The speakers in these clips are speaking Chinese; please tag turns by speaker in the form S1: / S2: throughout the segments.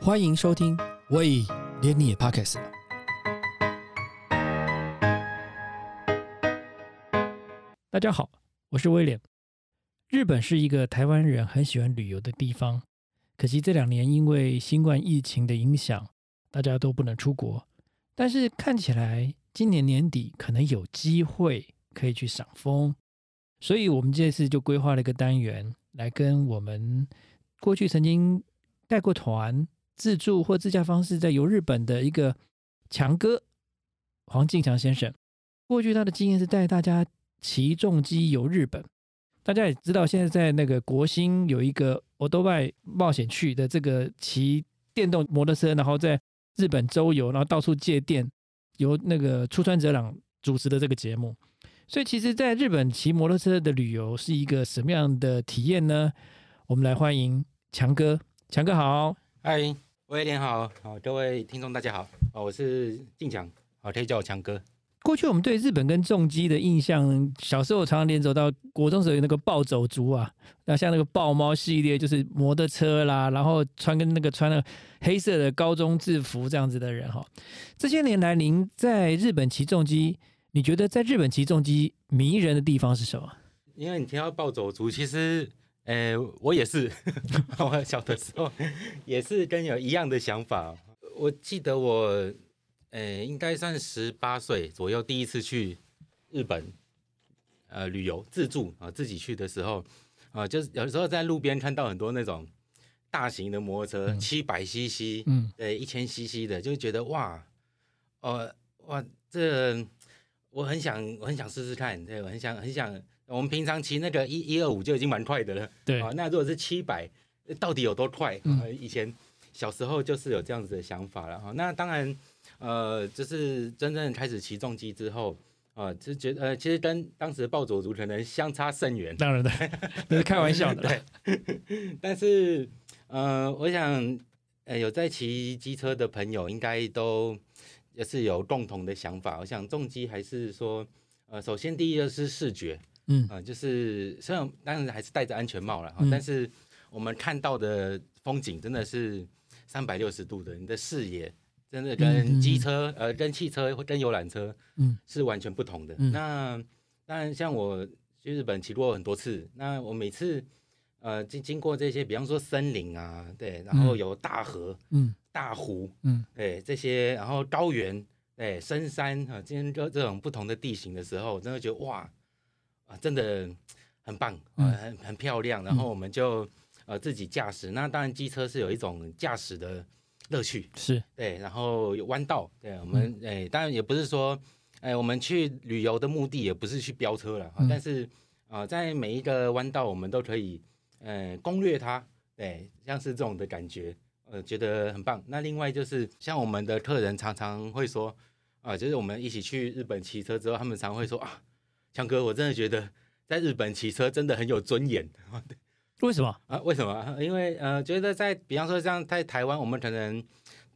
S1: 欢迎收听《喂，连你也 p o d c a s 了。大家好，我是威廉。日本是一个台湾人很喜欢旅游的地方，可惜这两年因为新冠疫情的影响，大家都不能出国。但是看起来今年年底可能有机会可以去赏枫，所以我们这次就规划了一个单元来跟我们过去曾经带过团、自助或自驾方式在游日本的一个强哥黄进强先生。过去他的经验是带大家骑重机游日本。大家也知道，现在在那个国新有一个 o d o b i 冒险去的这个骑电动摩托车，然后在日本周游，然后到处借电，由那个出川哲朗主持的这个节目。所以，其实在日本骑摩托车的旅游是一个什么样的体验呢？我们来欢迎强哥，强哥好。
S2: 嗨，威廉好，好，各位听众大家好，哦，我是静强，好，可以叫我强哥。
S1: 过去我们对日本跟重机的印象，小时候常常联走到国中时候有那个暴走族啊，那像那个豹猫系列，就是摩托车啦，然后穿跟那个穿了黑色的高中制服这样子的人哈。这些年来，您在日本骑重机，你觉得在日本骑重机迷人的地方是什么？
S2: 因为你提到暴走族，其实，呃，我也是， 我小的时候 也是跟有一样的想法。我记得我，呃，应该算十八岁左右第一次去日本，呃，旅游自助啊、自己去的时候，啊、就是有时候在路边看到很多那种大型的摩托车，七百 CC，
S1: 嗯，
S2: 呃一千 CC 的，就觉得哇，哦哇，这我很想，我很想试试看，对，我很想，很想。我们平常骑那个一一二五就已经蛮快的了，
S1: 嗯对
S2: 啊，那如果是七百，到底有多快？
S1: 嗯
S2: 啊，以前小时候就是有这样子的想法了哈、啊那当然，呃，就是真正开始骑重机之后。啊，就觉得呃，其实跟当时的暴走族可能相差甚远，
S1: 当然的， 那是开玩笑的 啦。
S2: 但是，呃，我想，呃，有在骑机车的朋友应该都也是有共同的想法。我想，重机还是说，呃，首先第一个是视觉，
S1: 嗯
S2: 呃，就是虽然当然还是戴着安全帽了，哈
S1: 嗯
S2: 但是我们看到的风景真的是三百六十度的，你的视野真的
S1: 嗯嗯
S2: 跟
S1: 嗯
S2: 机车、呃跟汽车或跟游览车
S1: 嗯
S2: 是完全不同的。
S1: 嗯
S2: 那当然，像我去日本骑过很多次，那我每次呃经经过这些，比方说森林啊，对，然后有大河、
S1: 嗯
S2: 大湖，
S1: 嗯
S2: 对这些，然后高原，对深山啊，今天这这种不同的地形的时候，真的觉得哇啊，真的很棒，啊、
S1: 嗯
S2: 很很漂亮。然后我们就呃自己驾驶，那当然机车是有一种驾驶的乐趣，
S1: 是嗯
S2: 对，然后有弯道，对我们哎、当然也不是说哎、我们去旅游的目的也不是去飙车了，啊
S1: 嗯
S2: 但是呃，在每一个弯道我们都可以呃攻略它，对，像是这种的感觉，呃，觉得很棒。那另外就是像我们的客人常常会说啊、就是我们一起去日本骑车之后，他们常会说啊，强哥，我真的觉得在日本骑车真的很有尊严。
S1: 为什么？
S2: 啊，为什么啊？因为呃，觉得在比方说像在台湾，我们可能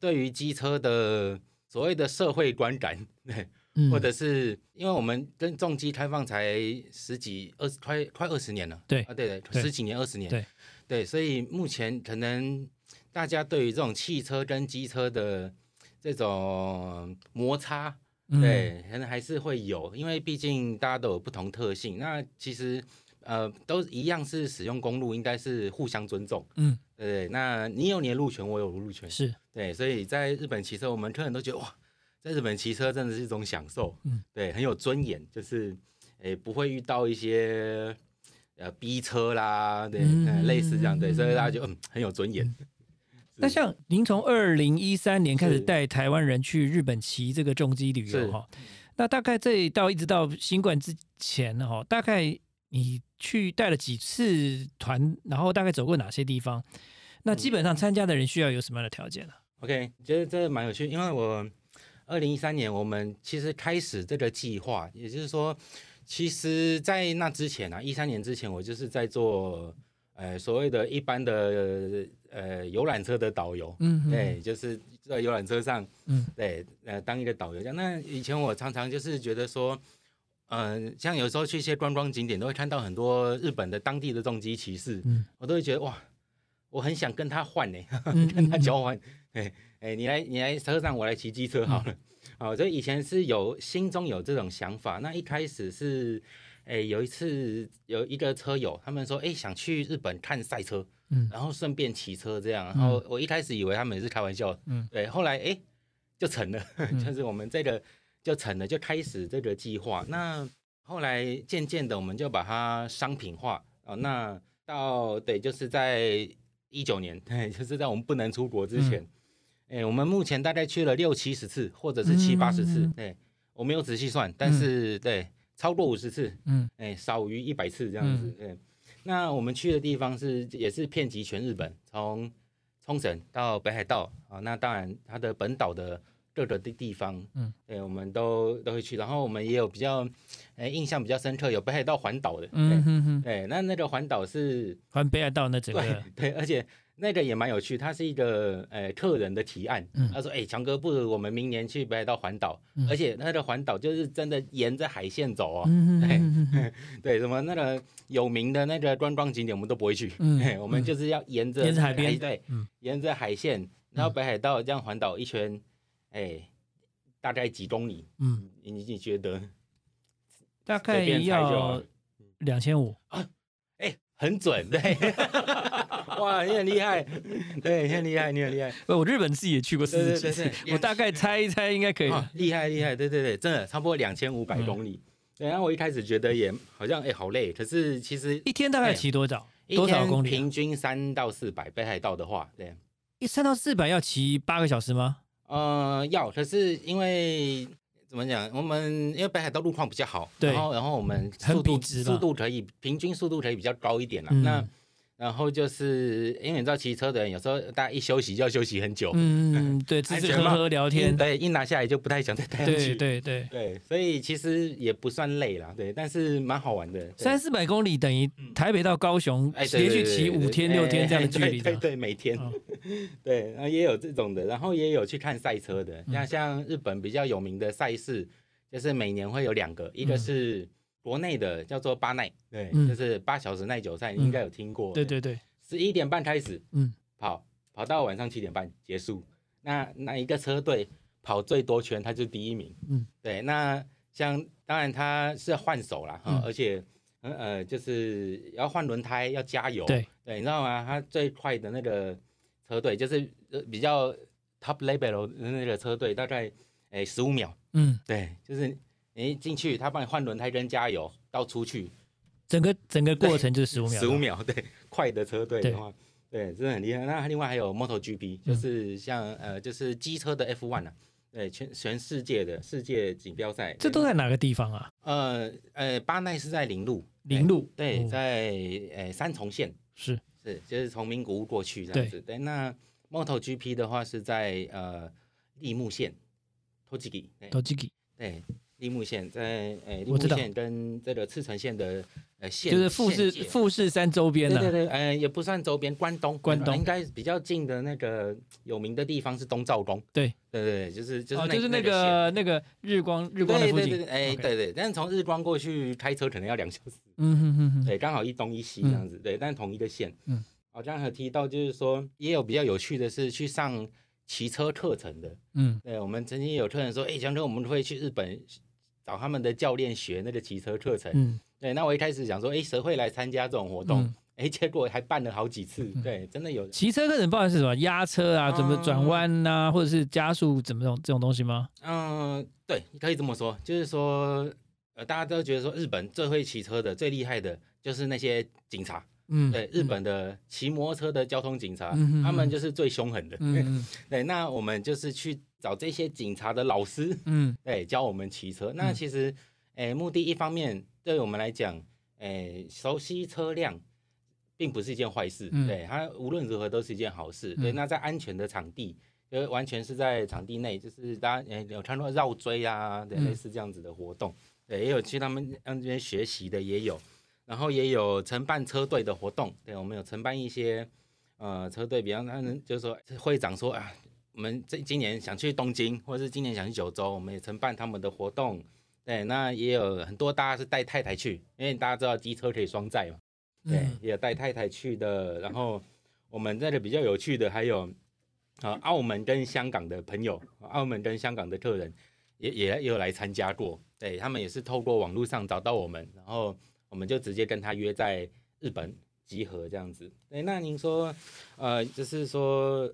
S2: 对于机车的所谓的社会观感，对，
S1: 嗯
S2: 或者是因为我们跟重机开放才十几二十快快二十年了，
S1: 对
S2: 啊，对对，
S1: 对
S2: 十几年二十年，
S1: 对
S2: 对，所以目前可能大家对于这种汽车跟机车的这种摩擦，
S1: 嗯
S2: 对，可能还是会有，因为毕竟大家都有不同特性。那其实呃，都一样是使用公路，应该是互相尊重。
S1: 嗯
S2: 对，那你有你的路权，我有我的路权。
S1: 是
S2: 对，所以在日本骑车，我们客人都觉得哇，在日本骑车真的是一种享受。
S1: 嗯，
S2: 对，很有尊严，就是诶不会遇到一些呃逼车啦，对，
S1: 嗯
S2: 嗯、类似这样对，所以大家就嗯很有尊严。
S1: 那像您从二零一三年开始
S2: 是
S1: 带台湾人去日本骑这个重机旅游
S2: 是
S1: 哈，那大概这到一直到新冠之前哈，大概你去带了几次团，然后大概走过哪些地方？
S2: 嗯
S1: 那基本上参加的人需要有什么样的条件呢、
S2: OK，觉得这蛮有趣，因为我二零一三年我们其实开始这个计划，也就是说，其实，在那之前啊，一三年之前，我就是在做呃所谓的一般的呃游览车的导游，
S1: 嗯哼
S2: 对，就是在游览车上，
S1: 嗯，
S2: 对，呃，当一个导游这样。那以前我常常就是觉得说，嗯、像有时候去一些观光景点，都会看到很多日本的当地的重机骑士，
S1: 嗯
S2: 我都会觉得哇，我很想跟他换欸呢、
S3: 嗯
S2: 跟 他交换。哎、哎、你来你来车上，我来骑机车好了。好、所以以前是有心中有这种想法。那一开始是，哎、有一次有一个车友，他们说，哎、想去日本看赛车，
S3: 嗯
S2: 然后顺便骑车这样。然后我一开始以为他们也是开玩笑，
S3: 嗯
S2: 嗯，对，后来哎、就成了， 就是我们这个就成了，就开始这个计划。那后来渐渐的，我们就把它商品化哦。那到对，就是在一九年， 对，就是在我们不能出国之
S3: 嗯
S2: 前，哎、我们目前大概去了六七十次，或者是七八十次，
S3: 嗯
S2: 对，我没有仔细算，但是、对，超过五十次，
S3: 嗯
S2: 哎、少于一百次这样子。嗯，那我们去的地方是也是遍及全日本，从冲绳到北海道啊，那当然它的本岛的各个地地方，
S3: 嗯，
S2: 对，我们都都会去。然后我们也有比较，哎、印象比较深刻有北海道环岛的，
S3: 嗯哼哼，
S2: 对，对，那那个环岛是
S3: 环
S1: 啊
S3: 北海道那整
S2: 对
S3: 个，
S2: 对，而且那个也蛮有趣，它是一个呃客人的提案，
S3: 嗯
S2: 他说：“哎、强哥，不如我们明年去北海道环岛，而且那个环岛就是真的沿着海线走哦，
S3: 嗯
S2: 对
S3: 嗯嗯
S2: 对，什么那个有名的那个观光景点我们都不会去，
S3: 嗯
S2: 嘿我们就是要沿着
S3: 沿着海边
S2: 对，
S3: 嗯
S2: 沿着海线，然后北海道这样环岛一圈，哎、大概几公里，
S3: 嗯，
S2: 你你觉得？
S3: 大概
S2: 随便猜就好
S3: 要
S2: 了
S3: 两千五，
S2: 哎、很 准，对，哇，你很厉害，对，你很厉害，你很厉害。”
S1: 我日本自己也去过四十几
S2: 对对
S1: 次
S2: 对，对
S1: 我大概猜一猜应该可以。
S2: 啊，厉害厉害，对对对，真的差不多两千五百公里。
S3: 嗯
S2: 对，然后我一开始觉得也好像哎、好累，可是其实
S3: 一天大概骑多少？
S2: 一
S3: 多少
S2: 天
S3: 公里啊？
S2: 平均三到四百，北海道的话，对，
S3: 一三到四百要骑八个小时吗？
S2: 呃，要，可是因为怎么讲，我们因为北海道路况比较好，
S3: 对
S2: 然后然后我们
S3: 很
S2: 速度
S3: 笔直嘛
S2: 速度可以平均速度可以比较高一点啦。
S3: 嗯
S2: 那然后就是因为你知道骑车的人有时候大家一休息就要休息很久，
S3: 嗯，对，吃
S2: 哦哎安
S3: 吃
S2: 全
S3: 喝
S2: 帽
S3: 喝聊天，
S2: 对，一拿下来就不太想再待下
S3: 对
S2: 去。
S3: 对对，
S2: 对，所以其实也不算累啦，对，但是蛮好玩的。对
S3: 三四百公里等于台北到高雄
S2: 嗯哎，对
S3: 连续
S2: 对对
S3: 骑
S2: 对
S3: 五
S2: 对
S3: 天
S2: 哎
S3: 六天这样的
S2: 哎
S3: 距离
S2: 对对
S3: 的，
S2: 对，每天
S3: 哦，
S2: 对，然后也有这种的，然后也有去看赛车的，
S3: 嗯
S2: 像像日本比较有名的赛事，就是每年会有两个，一个是国内的叫做八奈，对，
S3: 嗯
S2: 就是八小时耐久赛，
S3: 嗯
S2: 你应该有听过，
S3: 对，对对，
S2: 十一点半开始，
S3: 嗯
S2: 嗯，跑跑到晚上七点半结束，那那一个车队跑最多圈，他就第一名，
S3: 嗯
S2: 嗯，对，那像当然他是换手啦，哈、
S3: 嗯
S2: 而且。嗯呃，就是要换轮胎，要加油。
S3: 对
S2: 对，你知道吗？他最快的那个车队就是呃比较 top level 的那个车队，大概诶十五秒。
S3: 嗯，
S2: 对，就是你一进去，他帮你换轮胎跟加油，到出去
S3: 整个整个过程就是十五秒，
S2: 十五，秒。 对，快的车队
S3: 对嗯
S2: 的话，对，真的很厉害。那另外还有 MotoGP，就是像、呃，就是机车的 F1 啊，对，全全世界的世界锦标赛，
S3: 这都
S2: 对
S3: 在哪个地方啊？
S2: 呃呃，巴奈是在林路，
S3: 林路，
S2: 对，
S3: 哦
S2: 在呃三重县。
S3: 是，
S2: 是，就是从名古屋过去这样子。对，那 MotoGP 的话是在呃立木县 t o j i g i
S3: 都自己
S2: 对，立木县在呃立
S3: 我
S2: 木
S3: 知道
S2: 县跟这个赤城县的呃县
S3: 就是富士
S2: 县界
S3: 富士山周边啊
S2: 对对
S3: 的，
S2: 对，呃也不算周边，关东
S3: 关东
S2: 应该比较近的那个有名的地方是东照宫。
S3: 对
S2: 对对对，就是就是
S3: 哦，
S2: 那、
S3: 就是那
S2: 县。
S3: 个那个日光日光的
S2: 对
S3: 附
S2: 对对，
S3: 近
S2: 对，哎、
S3: OK
S2: 对对，但是从日光过去开车可能要两小时。
S3: 嗯哼哼哼，
S2: 对，刚好一东一西这样子，对，但同一个县。
S3: 嗯，
S2: 好，刚才有提到就是说，也有比较有趣的是去上骑车课程的。
S3: 嗯，
S2: 对，我们曾经有客人说，哎、强哥，我们会去日本找他们的教练学那个骑车课程。
S3: 嗯
S2: 对，那我一开始想说，哎、谁会来参加这种活动？
S3: 嗯，
S2: 哎、结果还办了好几次。对，真的有。
S3: 骑车课程包含是什么？压车啊，怎么转弯呐，或者是加速怎么这种这种东西吗？
S2: 嗯、对，可以这么说，就是说，呃，大家都觉得说日本最会骑车的、最厉害的就是那些警察。
S3: 嗯，
S2: 对，日本的骑摩托车的交通警察，
S3: 嗯哼
S2: 他们
S3: 哼
S2: 就是最凶狠的。
S3: 嗯，嗯
S2: 对，那我们就是去找这些警察的老师，
S3: 嗯
S2: 对，教我们骑车。那
S3: 嗯
S2: 其实，诶、目的一方面对我们来讲，诶、熟悉车辆并不是一件坏事，
S3: 嗯
S2: 对，它无论如何都是一件好事。对，
S3: 嗯
S2: 那在安全的场地。就是完全是在场地内，就是大家诶有看到绕锥啊，对，
S3: 嗯
S2: 类似这样子的活动，对，也有去他们那边学习的也有，然后也有承办车队的活动，对我们有承办一些呃车队，比方他们就是说会长说啊，我们这今年想去东京，或者是今年想去九州，我们也承办他们的活动。对，那也有很多大家是带太太去，因为大家知道机车可以双载嘛，对，
S3: 嗯
S2: 也有带太太去的。然后我们在的比较有趣的还有啊，澳门跟香港的朋友，澳门跟香港的客人也也也有来参加过，对他们也是透过网络上找到我们，然后我们就直接跟他约在日本集合这样子。对，那您说，呃，就是说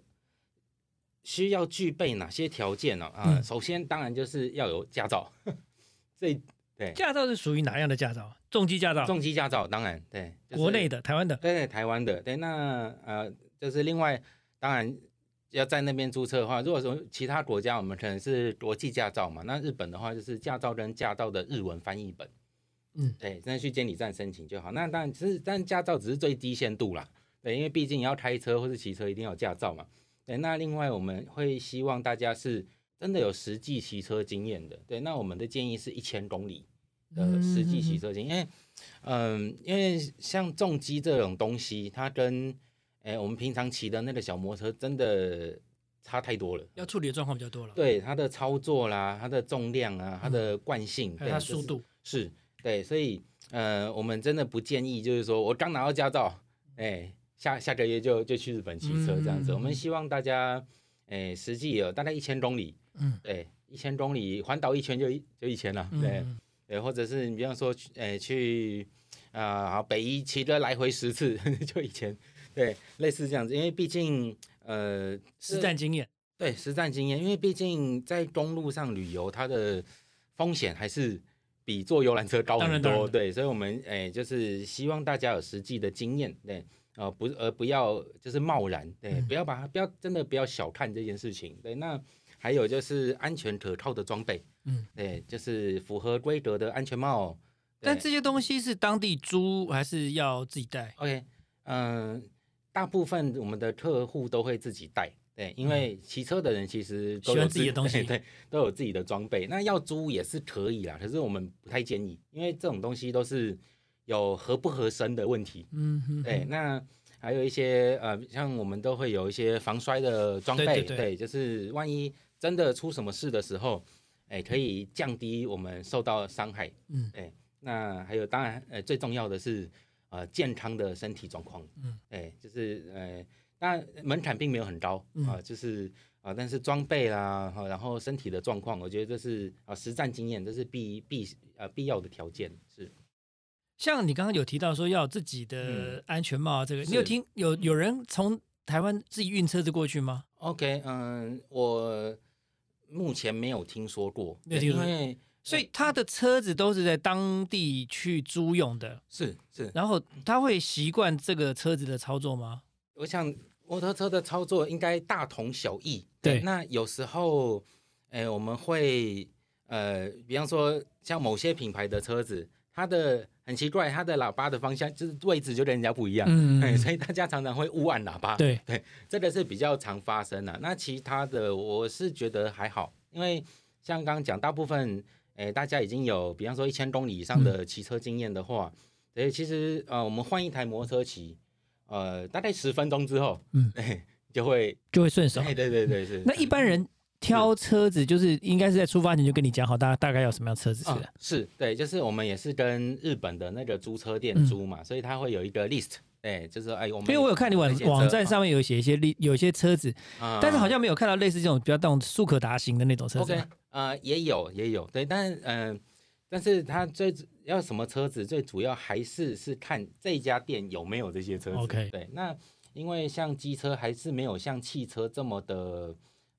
S2: 需要具备哪些条件呢、啊？
S3: 嗯
S2: 首先当然就是要有驾照， 这对
S3: 驾照是属于哪样的驾照？重机驾照，
S2: 重机驾照当然对，就
S3: 啊
S2: 是
S3: 国内的、台湾的，
S2: 对对，台湾的。对，那呃，就是另外，当然要在那边注册的话，如果说其他国家，我们可能是国际驾照嘛，那日本的话就是驾照跟驾照的日文翻译本。
S3: 嗯，
S2: 对，那去监理站申请就好。那当然，只是但驾照只是最低限度啦。对，因为毕竟你要开车或是骑车，一定要有驾照嘛。对，那另外我们会希望大家是真的有实际骑车经验的。对，那我们的建议是一千公里的实际骑车经验，因为嗯，因为像重机这种东西，它跟哎、我们平常骑的那个小摩托车真的差太多了。
S3: 要处理的状况比较多了，，
S2: 对它的操作啦，它的重量啊，它的惯性，
S3: 嗯还有它
S2: 对
S3: 速度，
S2: 是对，所以呃，我们真的不建议，就是说我刚拿到驾照，哎、下下个月就就去日本骑车这样
S3: 嗯
S2: 子。我们希望大家，哎、实际有大概一千公里，
S3: 嗯，
S2: 对，一千公里环岛一圈就一就一千了，对、
S3: 嗯，
S2: 对，或者是你比方说去，哎、去啊、好北一骑个来回十次 就一千，对，类似这样子，因为毕竟呃，
S3: 实
S2: 这
S3: 战经验，
S2: 对实战经验，因为毕竟在公路上旅游，它的风险还是比坐游览车高
S3: 当
S2: 很
S3: 然当
S2: 多。
S3: 然
S2: 对，所以我们哎、就是希望大家有实际的经验，对，呃，不，而不要就是贸然，对，
S3: 嗯
S2: 不要把它，不要真的不要小看这件事情。对，那还有就是安全可靠的装备，
S3: 嗯，
S2: 对，就是符合规格的安全帽。对
S1: 但这些东西是当地租还是要自己带？
S2: OK，嗯、大部分我们的客户都会自己带，对，因为骑车的人其实
S3: 嗯喜
S2: 都
S3: 欢
S2: 有
S3: 自己的东西
S2: 对，都有自己的装备。那要租也是可以啦，可是我们不太建议，因为这种东西都是有合不合身的问题。
S3: 嗯哼，
S2: 对，那还有一些呃，像我们都会有一些防摔的装备，
S3: 对对对
S2: 就是万一真的出什么事的时候，哎，可以降低我们受到伤害。
S3: 嗯，
S2: 对。那还有，当然，呃，最重要的是，呃，健康的身体状况。
S3: 嗯，
S2: 哎，就是呃，当然门槛并没有很高
S3: 嗯
S2: 啊、就是啊、但是装备啦，哈然后身体的状况，我觉得这是啊、实战经验，这是必必呃必要的条件是。
S3: 像你刚刚有提到说要有自己的安全帽啊，这个、
S2: 是
S3: 你有听有有人从台湾自己运车子过去吗？
S2: OK，嗯，我目前没有听说过，
S3: 没有听说过
S2: 因为
S1: 所以他的车子都是在当地去租用的，
S2: 是是，
S1: 然后他会习惯这个车子的操作吗？
S2: 我想摩托车的操作应该大同小异。
S3: 对
S2: 那有时候，哎、我们会呃，比方说像某些品牌的车子，它的很奇怪，它的喇叭的方向就是位置就跟人家不一样，
S3: 嗯
S2: 哎所以大家常常会误按喇叭。
S3: 对，
S2: 这个是比较常发生的、那其他的我是觉得还好，因为像刚刚讲，大部分诶、大家已经有，比方说一千公里以上
S3: 嗯
S2: 的骑车经验的话，所以其实呃我们换一台摩托车骑，呃大概十分钟之后，
S3: 嗯
S2: 嘿，就会，
S3: 就会顺手。
S2: 哎对对对是。嗯
S3: 那一般人挑车子就是应该是在出发前就跟你讲好大大概要什么样的车子是
S2: 啊
S3: 不是、
S2: 是对，就是我们也是跟日本的那个租车店
S3: 嗯
S2: 租嘛，所以它会有一个 list，对，就是说哎我们
S3: 因为我有看你网
S2: 这些车嗯
S3: 网站上面有写一些例，有一些车子，
S2: 啊
S3: 但是好像没有看到类似这种比较那种速可达型的那种车子
S2: OK，。呃，也有也有，对，但嗯、呃但是它最主要什么车子，最主要还是是看这家店有没有这些车子。
S3: OK
S2: 对，那因为像机车还是没有像汽车这么的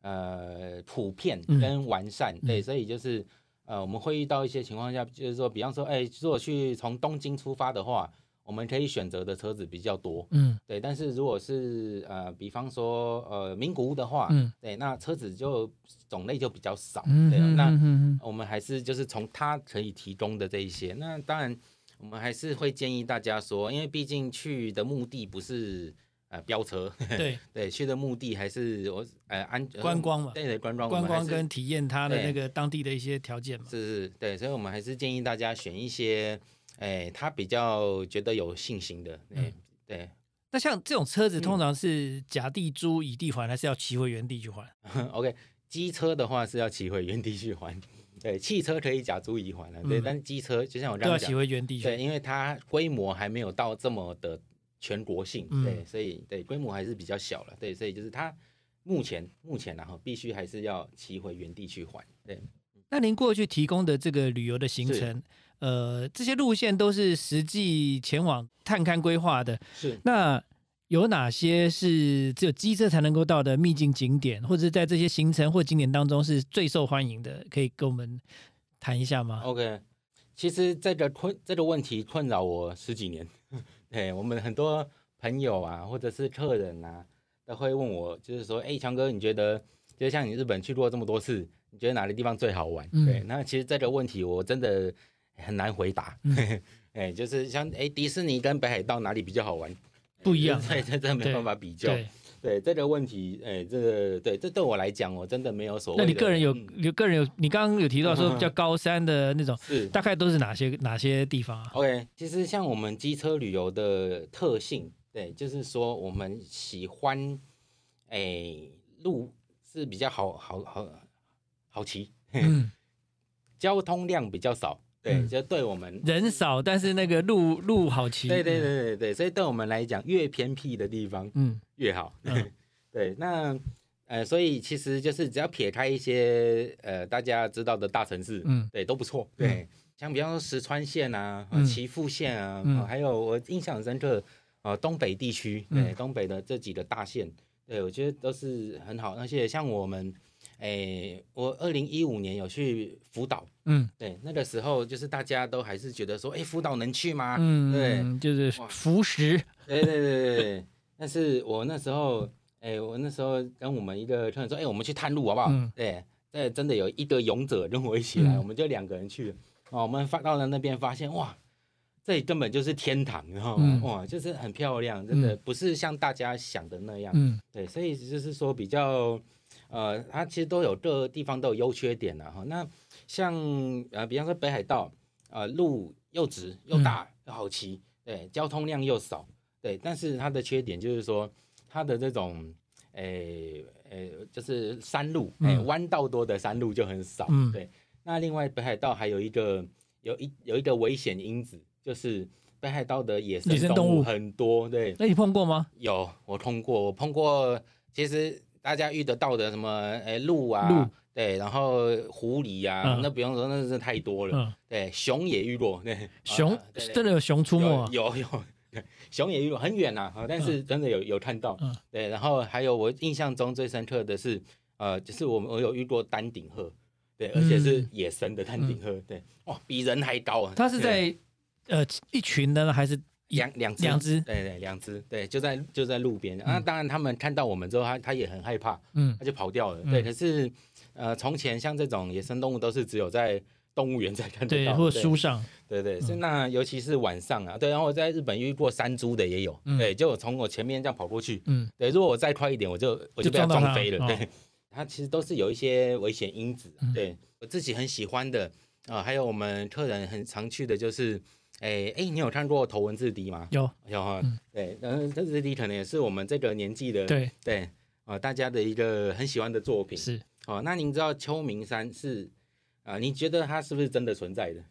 S2: 呃普遍
S3: 嗯
S2: 跟完善，对，
S3: 嗯
S2: 所以就是呃我们会遇到一些情况下，就是说，比方说，哎，如果去从东京出发的话，我们可以选择的车子比较多，
S3: 嗯
S2: 对，但是如果是呃，比方说呃名古屋的话，
S3: 嗯
S2: 对，那车子就种类就比较少，
S3: 嗯
S2: 对，哦啊
S3: 嗯
S2: 那
S3: 嗯嗯
S2: 我们还是就是从它可以提供的这一些，那当然我们还是会建议大家说，因为毕竟去的目的不是呃飙车，
S3: 嗯对
S2: 对，去的目的还是我呃安呃
S3: 观光嘛
S2: 对对，观光我
S3: 观
S2: 们还
S3: 光
S2: 是
S3: 跟体验它的
S2: 对嗯
S3: 那个当地的一些条件嘛。
S2: 是是，对，所以我们还是建议大家选一些，哎，他比较觉得有信心的，哎
S3: 嗯
S2: 对。
S3: 那像这种
S2: 嗯
S3: 车子通常是甲地租乙地还，还是要骑回原地去还？
S2: OK，机车的话是要骑回原地去还，对，汽车可以假租乙还了，对，
S3: 嗯
S2: 但是机车就像我
S3: 都要
S2: 刚刚
S3: 骑
S2: 讲，
S3: 回原地去。
S2: 对，因为它规模还没有到这么的全国性，
S3: 嗯
S2: 对，所以对规模还是比较小了，对，所以就是它目前目前然后必须还是要骑回原地去还，对，
S1: 那您过去提供的这个旅游的行
S2: 是
S1: 程，呃，这些路线都是实际前往探勘规划的。
S2: 是
S1: 那有哪些是只有机车才能够到的秘境景点，或者是在这些行程或景点当中是最受欢迎的？可以跟我们谈一下吗？
S2: OK，其实这个困这个问题困扰我十几年。 对我们很多朋友啊，或者是客人啊，都会问我，就是说，哎、强哥，你觉得，就像你日本去过这么多次，你觉得哪个地方最好玩？对，那其实这个问题我真的很难回答。 哎、就是像哎、迪士尼跟北海道哪里比较好玩？
S3: 不一样
S1: 啊
S2: 对，这这没
S3: 对
S2: 办法哦比较。
S3: 对，
S2: 对这个问题，哎、这个对这对我来讲，我真的没有所谓
S1: 那
S2: 的。
S1: 你个人有
S2: 嗯
S1: 有个人有，你刚刚有提到说比较高山的那种，
S2: 是
S1: 大概都是哪些哪些地方啊？
S2: OK，其实像我们机车旅游的特性，对，就是说我们喜欢，哎、路是比较好好好好骑，
S3: 嗯，
S2: 交通量比较少，对，
S3: 嗯
S2: 就对我们，
S1: 人少，但是那个路路好骑。
S2: 对对对对对，所以对我们来讲，越偏僻的地方
S1: 嗯，
S2: 越好，
S3: 嗯
S2: 对，那。呃，所以其实就是只要撇开一些呃大家知道的大城市，
S3: 嗯
S2: 对，都不错。对，像比方说石川县啊、呃
S3: 嗯
S2: 岐阜县啊、
S3: 嗯
S2: 呃还有我印象很深刻，呃，东北地区，对，
S3: 嗯
S2: 东北的这几个大县，对我觉得都是很好。而且像我们，诶、我二零一五年有去福岛，
S3: 嗯
S2: 对，那个时候就是大家都还是觉得说，哎、福岛能去吗？
S3: 嗯，
S2: 对
S3: 嗯，就是
S2: 哇
S3: 服食，
S2: 对对对对对。但是我那时候，哎、我那时候跟我们一个客人说，哎、我们去探路好不好？
S3: 嗯
S2: 对，对，真的有一个勇者跟我一起来，
S3: 嗯
S2: 我们就两个人去。哦，我们发到了那边，发现哇，这里根本就是天堂，然后、
S3: 嗯
S2: 哇，就是很漂亮，真的、
S3: 嗯
S2: 不是像大家想的那样。
S3: 嗯
S2: 对，所以就是说比较，呃，它其实都有各地方都有优缺点啦、哈。那像呃，比方说北海道，呃，路又直
S3: 嗯
S2: 又大又好骑，对，交通量又少，对，但是它的缺点就是说它的这种，诶、诶、就是山路，诶、
S3: 嗯
S2: 弯道多的山路就很少，
S3: 嗯
S2: 对。那另外北海道还有一个有一有一个危险因子，就是北海道的野
S3: 野生
S2: 生
S3: 动
S2: 动
S3: 物
S2: 物很多，对，
S3: 那你碰过吗？
S2: 有，我碰过，我碰过。其实大家遇得到的什么，诶，鹿啊，
S3: 鹿
S2: 对，然后狐狸啊，
S3: 嗯
S2: 那不用说，那真的太多了。
S3: 嗯，
S2: 对，熊也遇过，对，
S3: 熊
S2: 啊对
S3: 真的有熊出没啊，
S2: 有有有， 熊也遇过，很远呐、啊，但是真的有有看到。
S3: 嗯
S2: 对，然后还有我印象中最深刻的是，呃，就是我们我有遇过丹顶鹤，对，而且是
S3: 嗯
S2: 野生的丹顶鹤，对，哇，比人还高啊。
S3: 它是
S2: 对
S3: 在呃一群的呢，还是一
S2: 两两只
S3: 两只
S2: 对对，两只，对，就在就在路边。那、啊、当然，他们看到我们之后，他他也很害怕，
S3: 嗯
S2: 他就跑掉了。
S3: 嗯
S2: 对，可是呃，从前像这种野生动物都是只有在动物园才看得
S3: 对，
S2: 到，
S3: 或者书嗯上，
S2: 对对，是那尤其是晚上啊，对。然后我在日本遇过山猪的也有，
S3: 嗯
S2: 对，就从我前面这样跑过去，
S3: 嗯
S2: 对，如果我再快一点，我就我
S3: 就
S2: 就被它
S3: 撞到
S2: 撞
S3: 它
S2: 飞了。
S3: 哦
S2: 对，它其实都是有一些危险因子啊。
S3: 嗯
S2: 对我自己很喜欢的啊、呃还有我们客人很常去的就是，哎哎，你有看过头文字 D 吗？
S3: 有
S2: 有哈
S3: 嗯，
S2: 对，然后头文字 D 可能也是我们这个年纪的
S3: 对
S2: 对啊、呃大家的一个很喜欢的作品。
S3: 是
S2: 哦，那您知道秋名山是啊、呃你觉得它是不是真的存在的？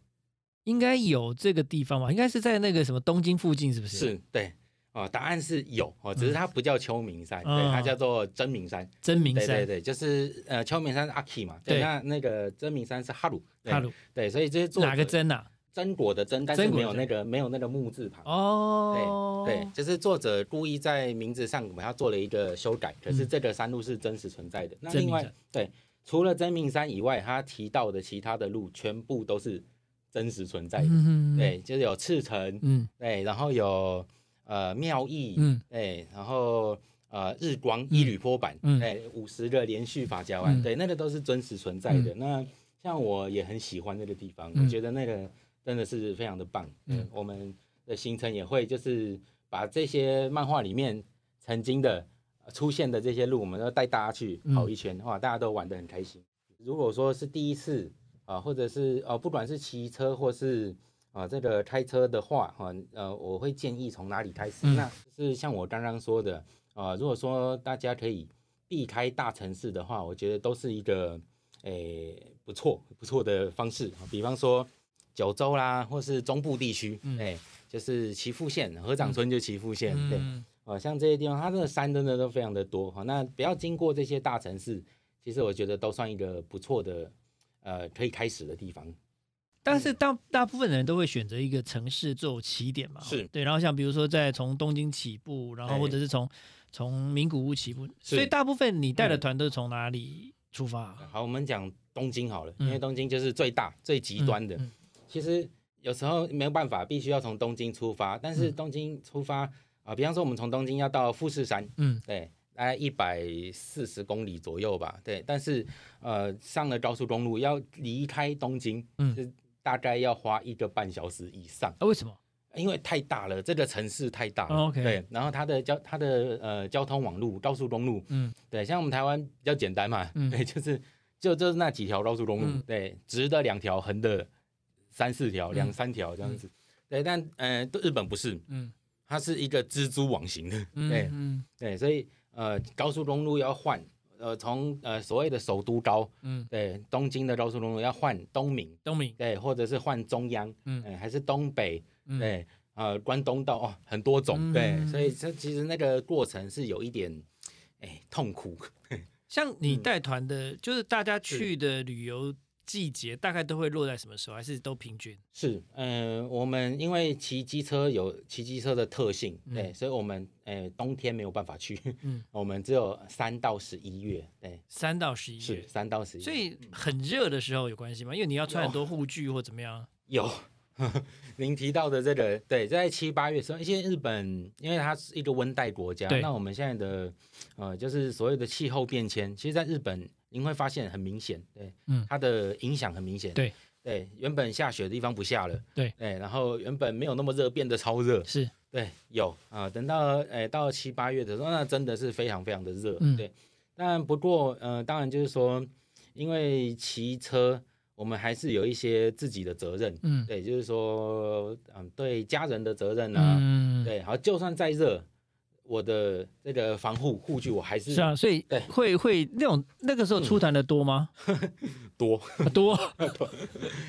S1: 应该有这个地方吧？应该是在那个什么东京附近，是不是？
S2: 是对。哦，答案是有哦，只是它不叫秋名山，
S3: 嗯
S2: 对，它叫做真名山。
S3: 真名
S2: 对对
S3: 山
S2: 对，就是呃，秋名山是阿 k 嘛，对，
S3: 对
S2: 那那个真名山是哈鲁，对
S3: 哈，鲁
S2: 对，所以这些作者
S1: 哪个真啊？
S2: 真果的真，但是
S1: 真果
S2: 没
S1: 的
S2: 有那个没有那个木字旁，
S1: 哦，
S2: 对，就是作者故意在名字上把它做了一个修改，可是这个山路是真实存在的。那
S3: 嗯真
S2: 另
S3: 名
S2: 外
S3: 山
S2: 对，除了真名山以外，他提到的其他的路全部都是真实存在的，
S3: 嗯，
S2: 对，就是有赤城，
S3: 嗯
S2: 对，然后有呃妙义，
S3: 嗯
S2: 对，哎然后呃日光一缕坡板，
S3: 嗯
S2: 对，五十个连续法夹湾，
S3: 嗯
S2: 对，那个都是真实存在的。那像我也很喜欢那个地方，
S3: 嗯
S2: 我觉得那个真的是非常的棒。
S3: 嗯
S2: 嗯，我们的行程也会就是把这些漫画里面曾经的呃出现的这些路，我们都带大家去
S3: 嗯
S2: 跑一圈，哇，大家都玩得很开心。如果说是第一次啊、或者是呃，不管是骑车或是啊，这个开车的话，哈、呃，我会建议从哪里开始？
S3: 嗯
S2: 那就是像我刚刚说的，啊，如果说大家可以避开大城市的话，我觉得都是一个诶、不错不错的方式。比方说九州啦，或是中部地区，哎、就是岐阜县河长村就岐阜县，对，
S1: 嗯，
S2: 哦，像这些地方，它的山真的都非常的多哈、哦。那不要经过这些大城市，其实我觉得都算一个不错的，呃，可以开始的地方。嗯
S1: 但是大大部分人都会选择一个城市做起点嘛，
S2: 是
S1: 对。然后像比如说在从东京起步，然后
S2: 哎
S1: 或者是从从名古屋起步，所以大部分你
S2: 嗯
S1: 带的团都是从哪里出发啊？
S2: 好，我们讲东京好了，
S1: 嗯
S2: 因为东京就是最大、最极端的。
S1: 嗯嗯
S2: 其实有时候没有办法，必须要从东京出发，但
S1: 嗯
S2: 是东京出发啊、比方说我们从东京要到富士山，
S1: 嗯，
S2: 对，大概一百四十公里左右吧，对。但是呃，上了高速公路要离开东京，
S1: 嗯
S2: 是大概要花一个半小时以上。
S1: 啊，为什么？
S2: 因为太大了，这个城市太大了。
S1: 哦，OK
S2: 对，然后它的交它的呃交通网路、高速公路，
S1: 嗯，
S2: 对，像我们台湾比较简单嘛，
S1: 嗯
S2: 对，就是就就是那几条高速公路，
S1: 嗯
S2: 对，直的两条，横的三四条、
S1: 嗯
S2: 两三条这样子。对，但呃，日本不是，
S1: 嗯
S2: 它是一个蜘蛛网型的，对
S1: 嗯
S2: 对，所以呃，高速公路要换，呃，从呃所谓的首都高，
S1: 嗯，
S2: 对，东京的高速公路要换东明，
S1: 东明，
S2: 对，或者是换中央，
S1: 嗯
S2: 嗯、还是东北，
S1: 嗯，
S2: 对，呃，关东道哦，很多种，对，
S1: 嗯
S2: 所以这其实那个过程是有一点，哎，痛苦。
S1: 像你
S2: 嗯
S1: 带团的，就是大家去的旅游季节大概都会落在什么时候？还是都平均？
S2: 是，嗯、我们因为骑机车有骑机车的特性，对，所以我们，呃，冬天没有办法去，
S1: 嗯
S2: 我们只有三到十一月，对，
S1: 三到十一
S2: 是嗯
S1: 月，
S2: 三到十一，
S1: 所以很热的时候有关系吗？因为你要穿很多护具或怎么样？啊
S2: 有。 您提到的这个，对，在七八月的时候，因为日本因为它是一个温带国家
S1: 对，
S2: 那我们现在的呃，就是所谓的气候变迁，其实在日本您会发现很明显，对，
S1: 嗯
S2: 它的影响很明显，
S1: 对，
S2: 对，原本下雪的地方不下了，
S1: 对，
S2: 对，然后原本没有那么热，变得超热，
S1: 是，
S2: 对，有啊、等到诶到七八月的时候，那真的是非常非常的热，
S1: 嗯
S2: 对。但不过呃，当然就是说，因为骑车，我们还是有一些自己的责任，
S1: 嗯
S2: 对，就是说，嗯，对家人的责任啊，
S1: 嗯，
S2: 对，好，就算再热，我的这个防护护具我还是
S1: 是啊，所以
S2: 嗯对
S1: 会会那种那个时候出团的多吗？
S2: 多，
S1: 啊多，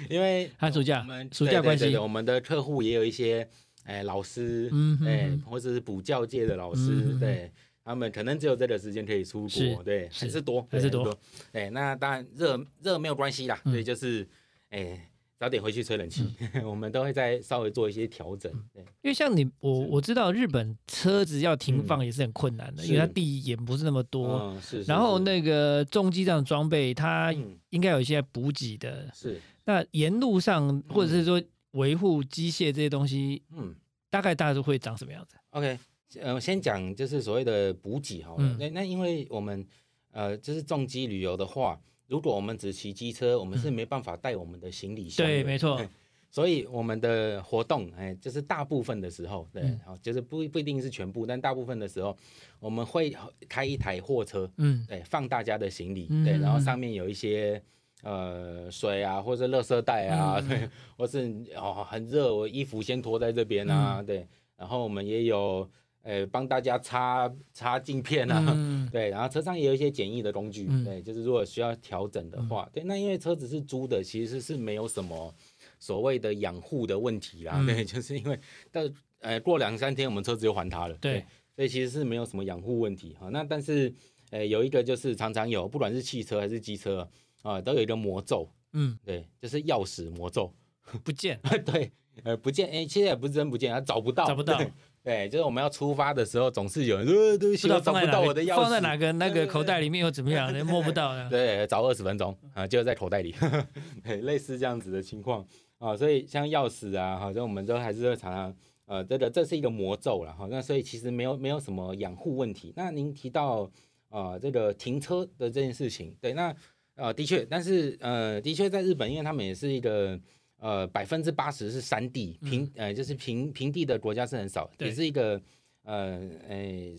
S2: 因为
S1: 寒暑
S2: 我
S1: 假
S2: 们，
S1: 啊暑
S2: 对
S1: 假
S2: 对
S1: 关
S2: 对
S1: 系
S2: 对，我们的客户也有一些，哎，老师，
S1: 嗯哼
S2: 哎
S1: 哼，
S2: 或者是补教界的老
S1: 嗯
S2: 师，
S1: 哼
S2: 对他们可能只有这个时间可以出
S1: 是
S2: 国，对，
S1: 是
S2: 还是多，
S1: 还是
S2: 对
S1: 多。
S2: 对，那当然热热没有关系啦，
S1: 嗯
S2: 所以就是，哎，早点回去吹冷气， 我们都会再稍微做一些调整，对，
S1: 因为像你，我
S2: 是嗯
S1: 我知道日本车子要停放也是很困难的，因为它
S2: 是
S1: 地也不是那么多，
S2: 嗯，是。是
S1: 然后
S2: 是
S1: 那个重机这样的装备，它
S2: 嗯
S1: 应该有一些补给的。
S2: 是，
S1: 那沿路上或者是说维护机械这些东西，
S2: 嗯。
S1: 大概大家都会长什么样子？
S2: OK，呃，先讲就是所谓的补给好了
S1: 嗯。
S2: 那、那因为我们呃，就是重机旅游的话，如果我们只骑机车，我们是没办法带我们的行李箱的。
S1: 嗯对，没错，
S2: 所以我们的活动，哎，就是大部分的时候，对，
S1: 嗯
S2: 好、就是不不一定是全部，但大部分的时候，我们会开一台货车，
S1: 嗯
S2: 对，放大家的行李，
S1: 嗯
S2: 对，然后上面有一些呃水啊，或者是垃圾袋啊，
S1: 嗯
S2: 对，或是哦很热，我衣服先脱在这边啊，
S1: 嗯
S2: 对，然后我们也有呃帮大家擦擦镜片啊。
S1: 嗯
S2: 对，然后车上也有一些简易的工具，
S1: 嗯
S2: 对，就是如果需要调整的话，对，那因为车子是租的，其实是没有什么所谓的养护的问题啦，
S1: 嗯
S2: 对，就是因为到呃过两三天我们车子就还他了，
S1: 对
S2: 所以其实是没有什么养护问题哈。那但是呃有一个就是常常有，不管是汽车还是机车啊、都有一个魔咒，
S1: 嗯，
S2: 对，就是钥匙魔咒，
S1: 不见
S2: 对，呃不见，哎、其实也不是真不见，啊找不到，
S1: 找不到，
S2: 对。对，就是我们要出发的时候，总是有人说呃对不
S1: 不知
S2: 起，
S1: 道
S2: 我找
S1: 放
S2: 不
S1: 在哪
S2: 到
S1: 里
S2: 我的钥匙，
S1: 放在哪个那
S2: 对
S1: 个
S2: 对对
S1: 口袋里面又怎么 样，人摸不到的。
S2: 对，找二十分钟啊，就在口袋里， 对，类似这样子的情况啊，所以像钥匙啊，好、像我们都还是会常常呃，这个这是一个魔咒了哈、那所以其实没有没有什么养护问题。那您提到呃这个停车的这件事情，对，那呃的确，但是呃的确在日本，因为他们也是一个。呃，百分之八十是山地平，呃，就是平平地的国家是很少，
S1: 对
S2: 也是一个呃，诶、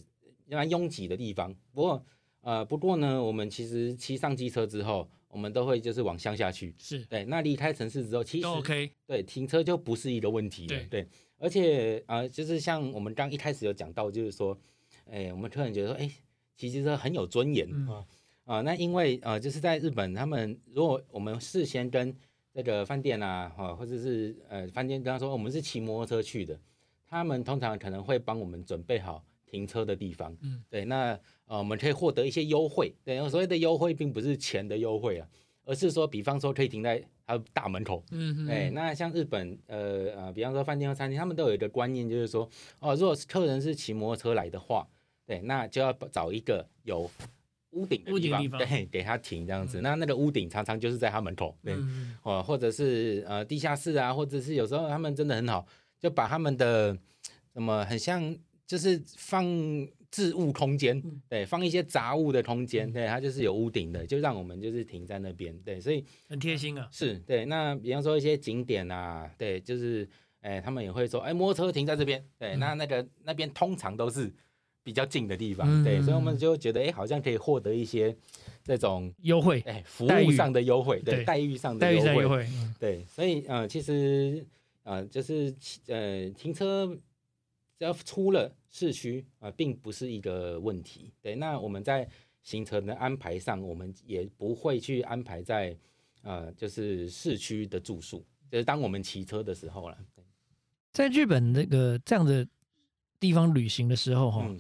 S2: 蛮拥挤的地方。不过呃，不过呢，我们其实骑上机车之后，我们都会就是往乡下去。
S1: 是
S2: 对，那离开城市之后，其实
S1: 都哦 OK，
S2: 对停车就不是一个问题了。对，而且呃，就是像我们刚一开始有讲到，就是说，哎，我们突然觉得说，哎，骑机车很有尊严
S1: 嗯
S2: 啊啊、那因为呃，就是在日本，他们如果我们事先跟这个饭店啊，哈、或者是呃饭店跟他说我们是骑摩托车去的，他们通常可能会帮我们准备好停车的地方。
S1: 嗯，
S2: 对，那呃，我们可以获得一些优惠。对，所谓的优惠并不是钱的优惠啊，而是说，比方说可以停在他大门口。
S1: 嗯哼，
S2: 对，哎那像日本，呃呃，比方说饭店和餐厅，他们都有一个观念，就是说，哦，如果是客人是骑摩托车来的话，对，那就要找一个有屋顶的
S1: 屋
S2: 地
S1: 顶
S2: 方，
S1: 地方
S2: 对，给他停这样子。那那个屋顶常常就是在他门口，对，
S1: 嗯
S2: 哦，或者是呃地下室啊，或者是有时候他们真的很好，就把他们的什么很像就是放置物空间，
S1: 嗯
S2: 对，放一些杂物的空间，对，它就是有屋顶的，就让我们就是停在那边，对，所以
S1: 很贴心啊，
S2: 是对。那比方说一些景点啊，对，就是哎，他们也会说，哎，摩托车停在这边，对，
S1: 嗯
S2: 那那个那边通常都是比较近的地方，
S1: 嗯
S2: 对，所以我们就觉得，哎，好像可以获得一些这种。
S1: 优惠，
S2: 哎，服
S1: 待
S2: 务
S1: 遇
S2: 上的优惠，对
S1: 对
S2: 待遇上的
S1: 待遇
S2: 优
S1: 上
S2: 惠
S1: 优，惠，嗯
S2: 对，所以呃，其实呃，就是骑呃，停车只要出了市区啊、呃并不是一个问题。对，那我们在行程的安排上，我们也不会去安排在呃，就是市区的住宿，就是当我们骑车的时候了。对
S1: 在日本那个这样的地方旅行的时候，哈、
S2: 嗯，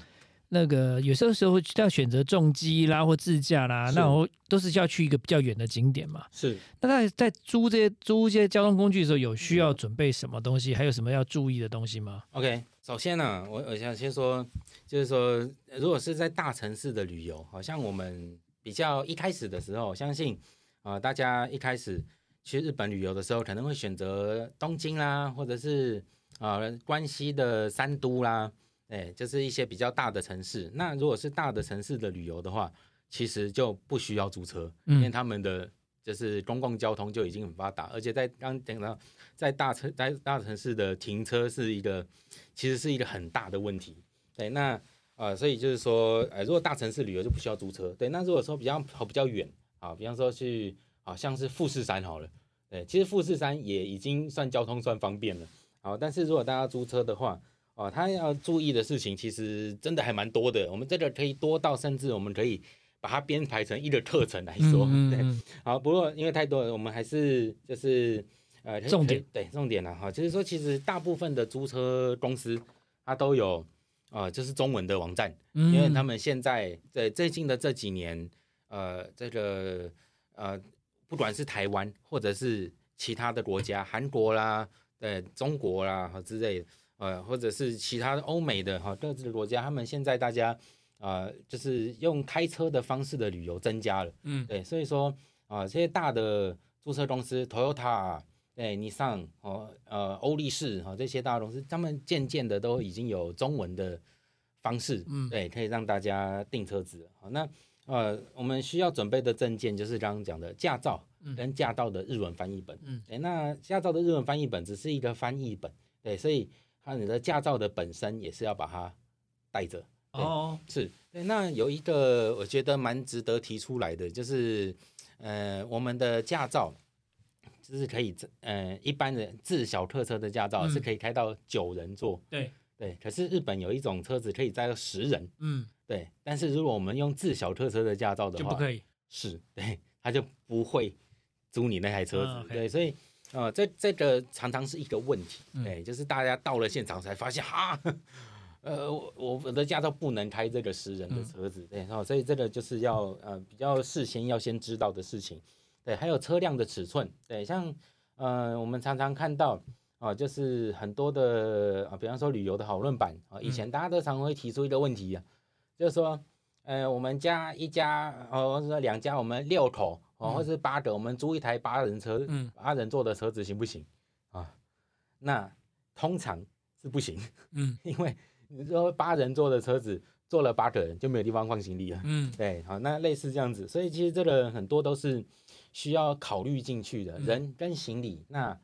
S1: 那个有时候时候要选择重机啦或自驾啦，
S2: 是
S1: 那我都是要去一个比较远的景点嘛。
S2: 是
S1: 那在在租这些租这些交通工具的时候，有需要准备什么东西，还有什么要注意的东西吗？
S2: OK。首先呢、我我想先说，就是说，如果是在大城市的旅游，好像我们比较一开始的时候，相信呃，大家一开始去日本旅游的时候，可能会选择东京啦，或者是呃关西的三都啦，哎，就是一些比较大的城市。那如果是大的城市的旅游的话，其实就不需要租车，因为
S1: 嗯
S2: 他们的就是公共交通就已经很发达，而且在刚讲到在大城在大城市的停车是一个其实是一个很大的问题。对，那呃，所以就是说，呃，如果大城市旅游就不需要租车。对，那如果说比较跑比较远啊，比方说去好像是富士山好了，对，其实富士山也已经算交通算方便了。好，但是如果大家租车的话，哦，他要注意的事情其实真的还蛮多的。我们这个可以多到，甚至我们可以把它编排成一个课程来说。
S1: 嗯
S2: 对，
S1: 嗯
S2: 好，不过因为太多了，我们还是就是呃可以
S1: 重
S2: 可以
S1: 点
S2: 对重点了、哈，就是说其实大部分的租车公司它都有呃就是中文的网站，
S1: 嗯
S2: 因为他们现在在最近的这几年，呃，这个呃，不管是台湾或者是其他的国家，韩国啦，呃，中国啦和之类的，呃，或者是其他的欧美的哈各自的国家，他们现在大家呃，就是用开车的方式的旅游增加了，
S1: 嗯
S2: 对，所以说啊、这些大的注册公司，Toyota。对，尼桑哦，呃，欧力士哦，这些大公司，他们渐渐的都已经有中文的方式，
S1: 嗯
S2: 对，可以让大家订车子。好，那呃，我们需要准备的证件就是刚刚讲的驾照
S1: 嗯
S2: 跟驾照的日文翻译本。
S1: 嗯
S2: 对，那驾照的日文翻译本只是一个翻译本，对，所以它你的驾照的本身也是要把它带着。
S1: 哦，
S2: 是，对，那有一个我觉得蛮值得提出来的，就是呃，我们的驾照。就是可以自，呃，一般的自小客车的驾照
S1: 嗯
S2: 是可以开到九人座，
S1: 对，
S2: 对。可是日本有一种车子可以载到十人，
S1: 嗯，
S2: 对，但是如果我们用自小客车的驾照的
S1: 就
S2: 话，
S1: 不可以，
S2: 是 对，他就不会租你那台车子。
S1: 嗯，OK
S2: 对，所以呃，这这个常常是一个问题，
S1: 嗯
S2: 对，就是大家到了现场才发现，哈， 呃，我我我的驾照不能开这个十
S1: 嗯
S2: 人的车子，对，然后所以这个就是要呃比较事先要先知道的事情，对，还有车辆的尺寸，对，像呃我们常常看到。啊、就是很多的啊、比方说旅游的讨论版啊、以前大家都常会提出一个问题啊，就是说，呃，我们家一家，哦，或者说两家，我们六口，哦，或是八个，我们租一台八人车，
S1: 嗯
S2: 八人坐的车子行不行啊？那通常是不行，
S1: 嗯
S2: 因为你说八人坐的车子坐了八个人就没有地方放行李了。
S1: 嗯
S2: 对，好，那类似这样子，所以其实这个很多都是需要考虑进去的，
S1: 嗯
S2: 人跟行李，那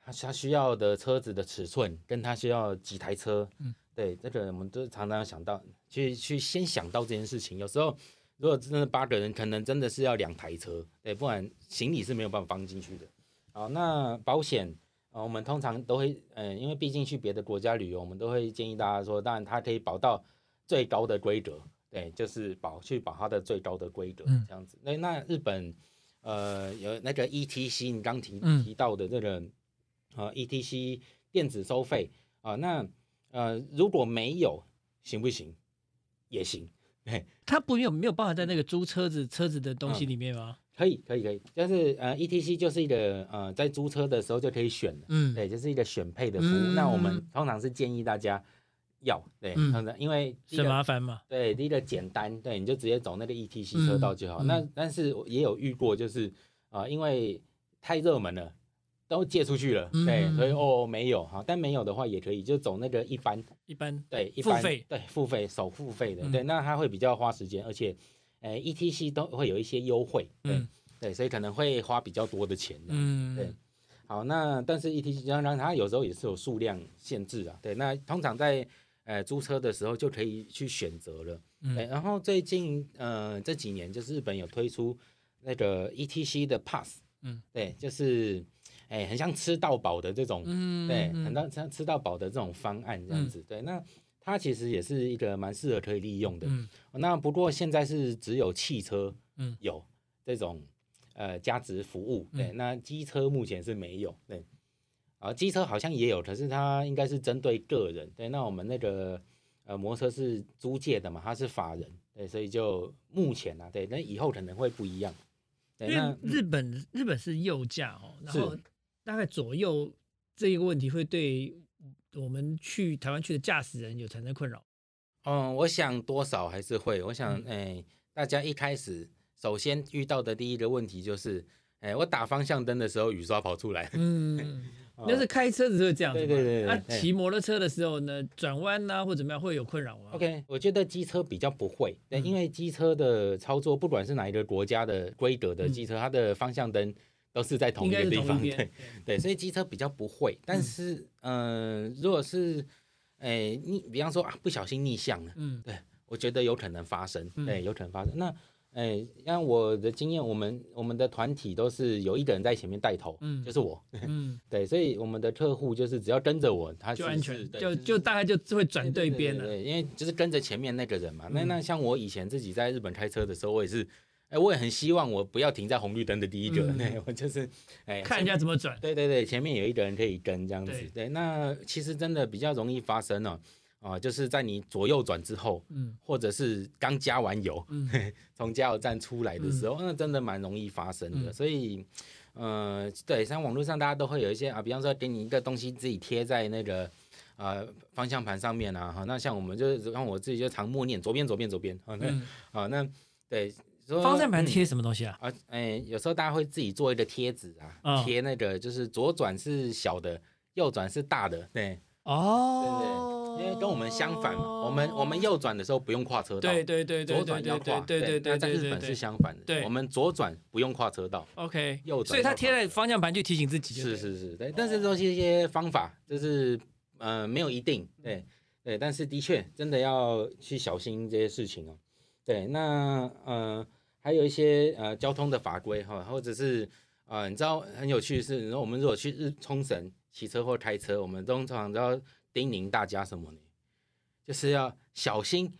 S2: 他他需要的车子的尺寸，跟他需要几台车，
S1: 嗯，
S2: 对，这个我们都常常想到，去去先想到这件事情。有时候如果真的八个人，可能真的是要两台车，对，不然行李是没有办法放进去的。好，那保险。呃，我们通常都会，嗯、因为毕竟去别的国家旅游，我们都会建议大家说，当然它可以保到最高的规格，对，就是保去保它的最高的规格
S1: 嗯
S2: 这样子。那那日本呃有那个 ETC，你刚提
S1: 嗯
S2: 提到的这个呃 ETC，E 电子收费啊、好，那呃，如果没有行不行？也行，嘿
S1: 它不没有没有办法在那个租车子车子的东西里面吗？
S2: 可以，可以，可以。但是呃，ETC 就是一个呃，在租车的时候就可以选的，
S1: 嗯，
S2: 对，就是一个选配的服务。那我们通常是建议大家要，对，
S1: 嗯
S2: 通常因为第一
S1: 省
S2: 个
S1: 麻烦嘛，
S2: 对，第一个简单，对，你就直接走那个 ETC 车道就好。
S1: 嗯嗯
S2: 那但是我也有遇过，就是啊、呃因为太热门了，都借出去了，
S1: 嗯
S2: 对，所以哦没有哈，但没有的话也可以，就走那个一般，
S1: 一般
S2: 对，一
S1: 付
S2: 般
S1: 费
S2: 对，付费首付费的，
S1: 嗯
S2: 对，那它会比较花时间，而且呃 ETC 都会有一些优惠，对、
S1: 嗯
S2: 对，所以可能会花比较多的钱的。
S1: 嗯
S2: 对好，那但是 E ETC 当然它有时候也是有数量限制啊，对，那通常在呃租车的时候就可以去选择了。对，
S1: 嗯
S2: 然后最近呃这几年就是日本有推出那个 ETC 的 Pass，
S1: 嗯，
S2: 对，就是哎很像吃到饱的这种，
S1: 嗯
S2: 对，
S1: 嗯
S2: 很多像吃到饱的这种方案这样子，对，那它其实也是一个蛮适合可以利用的。
S1: 嗯
S2: 那不过现在是只有汽车，
S1: 嗯
S2: 有这种呃价值服务，对，
S1: 嗯
S2: 那机车目前是没有，对，啊，机车好像也有，可是它应该是针对个人，对，那我们那个呃摩托车是租借的嘛，它是法人，对，所以就目前啊，对，那以后可能会不一样，对，
S1: 因
S2: 那嗯
S1: 为日本日本是右驾哦，然后
S2: 是
S1: 大概左右这个问题会对我们去台湾去的驾驶人有产生困扰。
S2: 嗯，我想多少还是会，我想
S1: 嗯
S2: 哎、大家一开始首先遇到的第一个问题就是。哎、我打方向灯的时候，雨刷跑出来。
S1: 嗯，
S2: 哦
S1: 那是开车子会这样子嘛，
S2: 对对对对
S1: 那
S2: 对
S1: 骑摩托车的时候呢，转弯呐或怎么样会有困扰啊吗
S2: OK，我啊觉得机车比较不会，对，
S1: 嗯
S2: 因为机车的操作，不管是哪一个国家的规格的机车，它的方向灯都是在同
S1: 嗯应
S2: 一
S1: 该
S2: 个
S1: 是
S2: 地
S1: 同
S2: 方，
S1: 一边嗯
S2: 对。对，所以机车比较不会。但是，嗯、呃，如果是，诶、逆，比方说啊，不小心逆向了，
S1: 嗯
S2: 我觉得有可能发生，
S1: 嗯
S2: 对，有可能发生。那，诶、像我的经验，我们我们的团体都是有一个人在前面带头，
S1: 嗯
S2: 就是我，
S1: 嗯，
S2: 对，所以我们的客户就是只要跟着我，他
S1: 就是安
S2: 是
S1: 全，
S2: 对
S1: 就是就大概就会转对边
S2: 对
S1: 了。
S2: 对，因为就是跟着前面那个人嘛。那
S1: 嗯
S2: 那像我以前自己在日本开车的时候，我也是，哎、我也很希望我不要停在红绿灯的第一个，
S1: 嗯
S2: 对 我就是，哎、
S1: 看人家
S2: 前
S1: 怎么转。
S2: 对对对，前面有一个人可以跟这样子。
S1: 对
S2: 对，那其实真的比较容易发生哦，啊、就是在你左右转之后，
S1: 嗯
S2: 或者是刚加完油，
S1: 嗯，
S2: 从加油站出来的时候，那真的蛮容易发生的。
S1: 嗯
S2: 所以，呃，对，像网络上大家都会有一些啊，比方说给你一个东西自己贴在那个呃方向盘上面啊，哈，那像我们就是让我自己就常默念左边左边左边，啊，那
S1: 嗯
S2: 啊、那对，说
S1: 方向盘贴什么东西啊？
S2: 啊，哎、有时候大家会自己做一个贴纸
S1: 嗯
S2: 啊，贴、那个就是左转是小的，右转是大的，对
S1: 哦，
S2: 对对，因为跟我们相反嘛，我们我们右转的时候不用跨车道，
S1: 对对对对
S2: 左
S1: 对
S2: 转要
S1: 对
S2: 跨，
S1: 对对对
S2: 那在
S1: 对
S2: 日
S1: 对
S2: 本是
S1: 对
S2: 相反的，
S1: 对
S2: 我们左转不用跨车道，
S1: ，OK，
S2: 右转
S1: 所以他
S2: 要
S1: 贴
S2: 跨
S1: 在
S2: 车
S1: 方向盘去提醒自己，
S2: 是，是是，对，但是都是一些方法，就是呃没有一定，对对，但是的确真的要去小心这些事情哦，对，那呃还有一些呃交通的法规哈，或者是呃你知道很有趣的是，然后我们如果去日冲绳骑车或开车，我们通常都要叮咛大家什么呢？就是要小心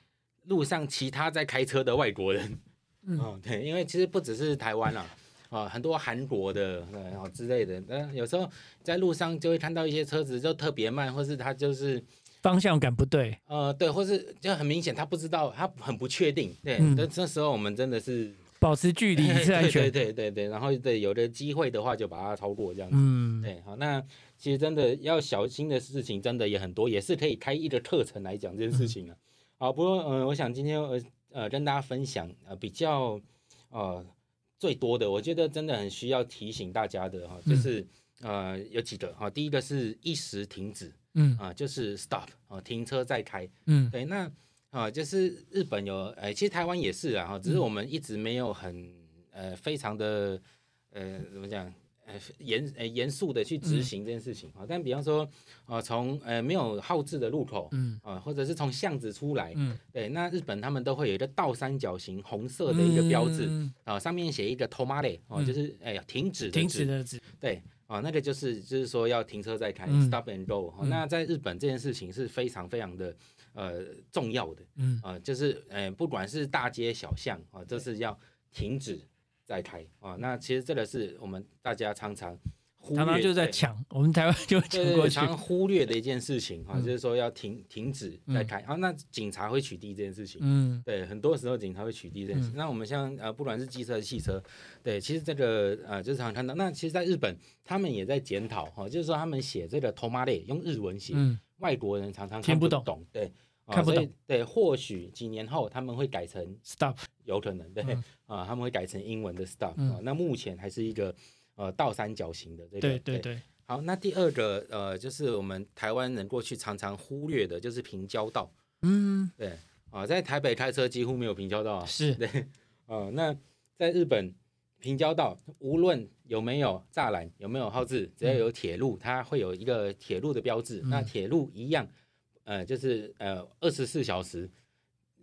S2: 路上其他在开车的外国人。
S1: 嗯
S2: 嗯、对，因为其实不只是台湾啦、啊，很多韩国的呃然后之类的，那有时候在路上就会看到一些车子就特别慢，或是他就是
S1: 方向感不对，
S2: 呃对，或是就很明显他不知道，他很不确定，对，
S1: 嗯
S2: 那、这时候我们真的是
S1: 保持距离是安
S2: 对
S1: 全。
S2: 对对对对，然后对有的机会的话就把它超过这样子，
S1: 嗯，
S2: 对，好，那其实真的要小心的事情真的也很多，也是可以开一个课程来讲这
S1: 嗯
S2: 件事情啊。好，不过嗯、呃我想今天呃呃跟大家分享呃比较呃最多的，我觉得真的很需要提醒大家的哈、就
S1: 嗯
S2: 是、呃有几个哈、第一个是一时停止
S1: 嗯
S2: 啊、就是 stop 啊、停车再开，
S1: 嗯
S2: 对，那啊、呃就是日本有，呃，其实台湾也是啊，哈，只
S1: 嗯
S2: 是我们一直没有很呃非常的呃怎么讲呃严呃严肃的去
S1: 嗯
S2: 执行这件事情啊、但比方说，呃，从呃没有号志的路口。
S1: 嗯
S2: 啊，或者是从巷子出来，
S1: 嗯，
S2: 对，那日本他们都会有一个倒三角形红色的一个标志，
S1: 嗯
S2: 啊、上面写一个 “tomare” 哦、
S1: 嗯
S2: 就是哎、停止的
S1: 停
S2: 字
S1: 止的止，
S2: 对啊，那个就是就是说要停车再开、
S1: 嗯
S2: s t o p and go、哦
S1: 嗯
S2: 那在日本这件事情是非常非常的呃重要的
S1: 嗯
S2: 啊、就是呃不管是大街小巷啊、哦都是要停止再开啊、那其实这个是我们大家常常忽略
S1: 常常就在
S2: 对
S1: 抢，我们台湾就会抢
S2: 对对
S1: 过
S2: 对，
S1: 去。
S2: 常忽略的一件事情哈、哦
S1: 嗯
S2: 就是说要停停止再开、啊。那警察会取缔这件事情，
S1: 嗯
S2: 对，很多时候警察会取缔这件事情。那我们像呃，不管是机车、汽车，对，其实这个呃，就是常看到。那其实，在日本，他们也在检讨哈，就是说他们写这个 “tomare” 用日文写，
S1: 嗯，
S2: 外国人常常
S1: 听
S2: 看
S1: 不
S2: 不
S1: 懂
S2: 对。啊
S1: 看不
S2: 所以
S1: 懂
S2: 对，或许几年后他们会改成
S1: stop，
S2: 有可能对啊、
S1: 嗯
S2: 他们会改成英文的 stop 啊、
S1: 嗯
S2: 那目前还是一个呃倒三角形的这个
S1: 对对对，
S2: 好，那第二个呃，就是我们台湾人过去常常忽略的，就是平交道。
S1: 嗯，
S2: 对啊、在台北开车几乎没有平交道啊。
S1: 是
S2: 对啊、那在日本平交道，无论有没有栅栏，有没有号志，只要有铁路，它会有一个铁路的标志。那
S1: 嗯
S2: 铁路一样，呃，就是呃，二十四小时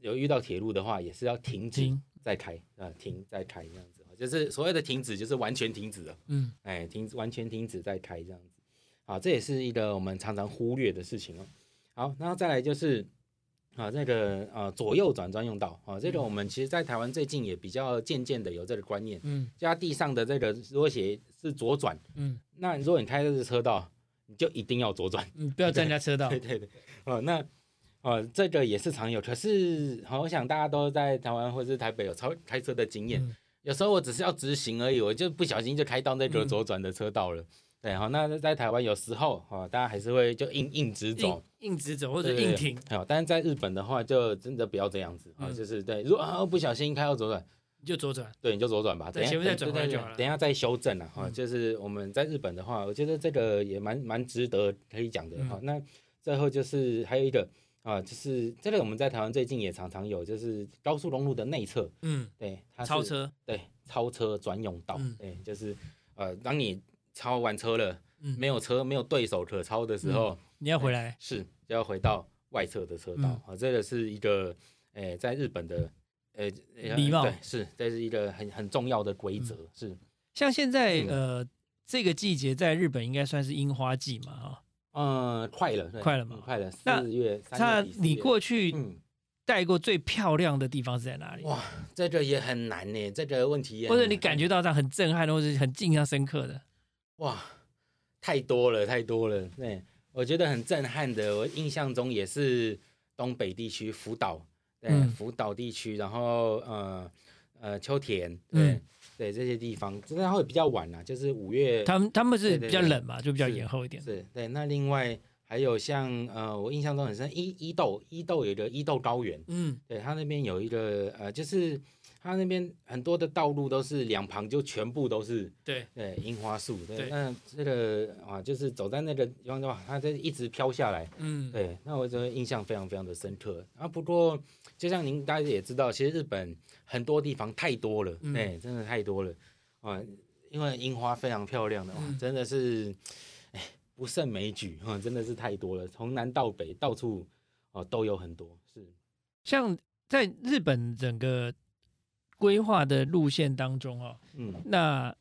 S2: 有遇到铁路的话，也是要停止
S1: 停
S2: 再开啊、呃停再开这样子。就是所谓的停止，就是完全停止了。
S1: 嗯
S2: 哎，停止完全停止再开这样子。好，这也是一个我们常常忽略的事情哦。好，那再来就是啊，这个呃左右转专用道啊，这个我们其实在台湾最近也比较渐渐的有这个观念，
S1: 嗯
S2: 就它地上的这个如果写是左转，
S1: 嗯
S2: 那如果你开的是车道，你就一定要左转。
S1: 嗯，不要占人家车道
S2: 对，对对，哦，那哦，这个也是常有，可是好，我想大家都在台湾或是台北有超开车的经验，
S1: 嗯
S2: 有时候我只是要直行而已，我就不小心就开到那个
S1: 嗯
S2: 左转的车道了。对，好，那在台湾有时候哦，大家还是会就硬硬直走
S1: 硬，硬直走或者
S2: 对对
S1: 硬
S2: 对
S1: 挺，
S2: 好，但是在日本的话，就真的不要这样子啊、
S1: 嗯
S2: 就是对，如果、啊、不小心开到左转，
S1: 你就左转。
S2: 对，你就左转吧，
S1: 对
S2: 等一下
S1: 前面再转回来
S2: 等
S1: 就
S2: 一
S1: 好
S2: 下
S1: 了
S2: 等一下再修正啊。哈、
S1: 嗯
S2: 就是我们在日本的话，我觉得这个也蛮蛮值得可以讲的
S1: 嗯
S2: 哈、那最后就是还有一个啊，就是这个我们在台湾最近也常常有，就是高速公路的内侧，
S1: 嗯，
S2: 对，它是
S1: 超，车，
S2: 对，超车专用道，
S1: 嗯
S2: 对，就是呃，当你超完车了，
S1: 嗯
S2: 没有车没有对手可超的时候，
S1: 你要回来，
S2: 是就要回到外侧的车道
S1: 嗯
S2: 啊、这个是一个诶、在日本的诶
S1: 礼貌嗯
S2: 对，是这是一个很很重要的规则，是
S1: 像现在
S2: 嗯
S1: 呃这个季节在日本应该算是樱花季嘛啊。
S2: 嗯，快了，对
S1: 快了吗
S2: 嗯快了，
S1: 那
S2: 四月
S1: 那
S2: 三月底四
S1: 你
S2: 月
S1: 过去
S2: 嗯，
S1: 带过最漂亮的地方是在哪里？
S2: 哇，这个也很难呢，这个问题也
S1: 或者
S2: 很
S1: 你
S2: 难
S1: 感觉到这样很震撼，或者是很印象深刻的？
S2: 哇，太多了，太多了，对，我觉得很震撼的，我印象中也是东北地区福岛，对，
S1: 嗯
S2: 福岛地区，然后呃呃秋田，对、
S1: 嗯
S2: 对这些地方，真的会比较晚啦、就是五月
S1: 他们他们是
S2: 对对
S1: 比较
S2: 对
S1: 冷嘛，就比较
S2: 是
S1: 延后一点。
S2: 是对，那另外还有像呃，我印象中很深，伊伊豆伊豆有一个伊豆高原，
S1: 嗯，
S2: 对，它那边有一个呃，就是它那边很多的道路都是两旁就全部都是
S1: 对，
S2: 对樱花树，
S1: 对
S2: 对，那这个啊，就是走在那个地方的话，它在一直飘下来，
S1: 嗯，
S2: 对，那我真的印象非常非常的深刻啊。不过就像您大家也知道，其实日本很多地方太多了，
S1: 嗯
S2: 对，真的太多了啊，因为樱花非常漂亮的，哇
S1: 嗯
S2: 真的是哎不胜枚举 啊，真的是太多了，从南到北到处哦、都有很多，是
S1: 像在日本整个规划的路线当中哦，
S2: 嗯
S1: 那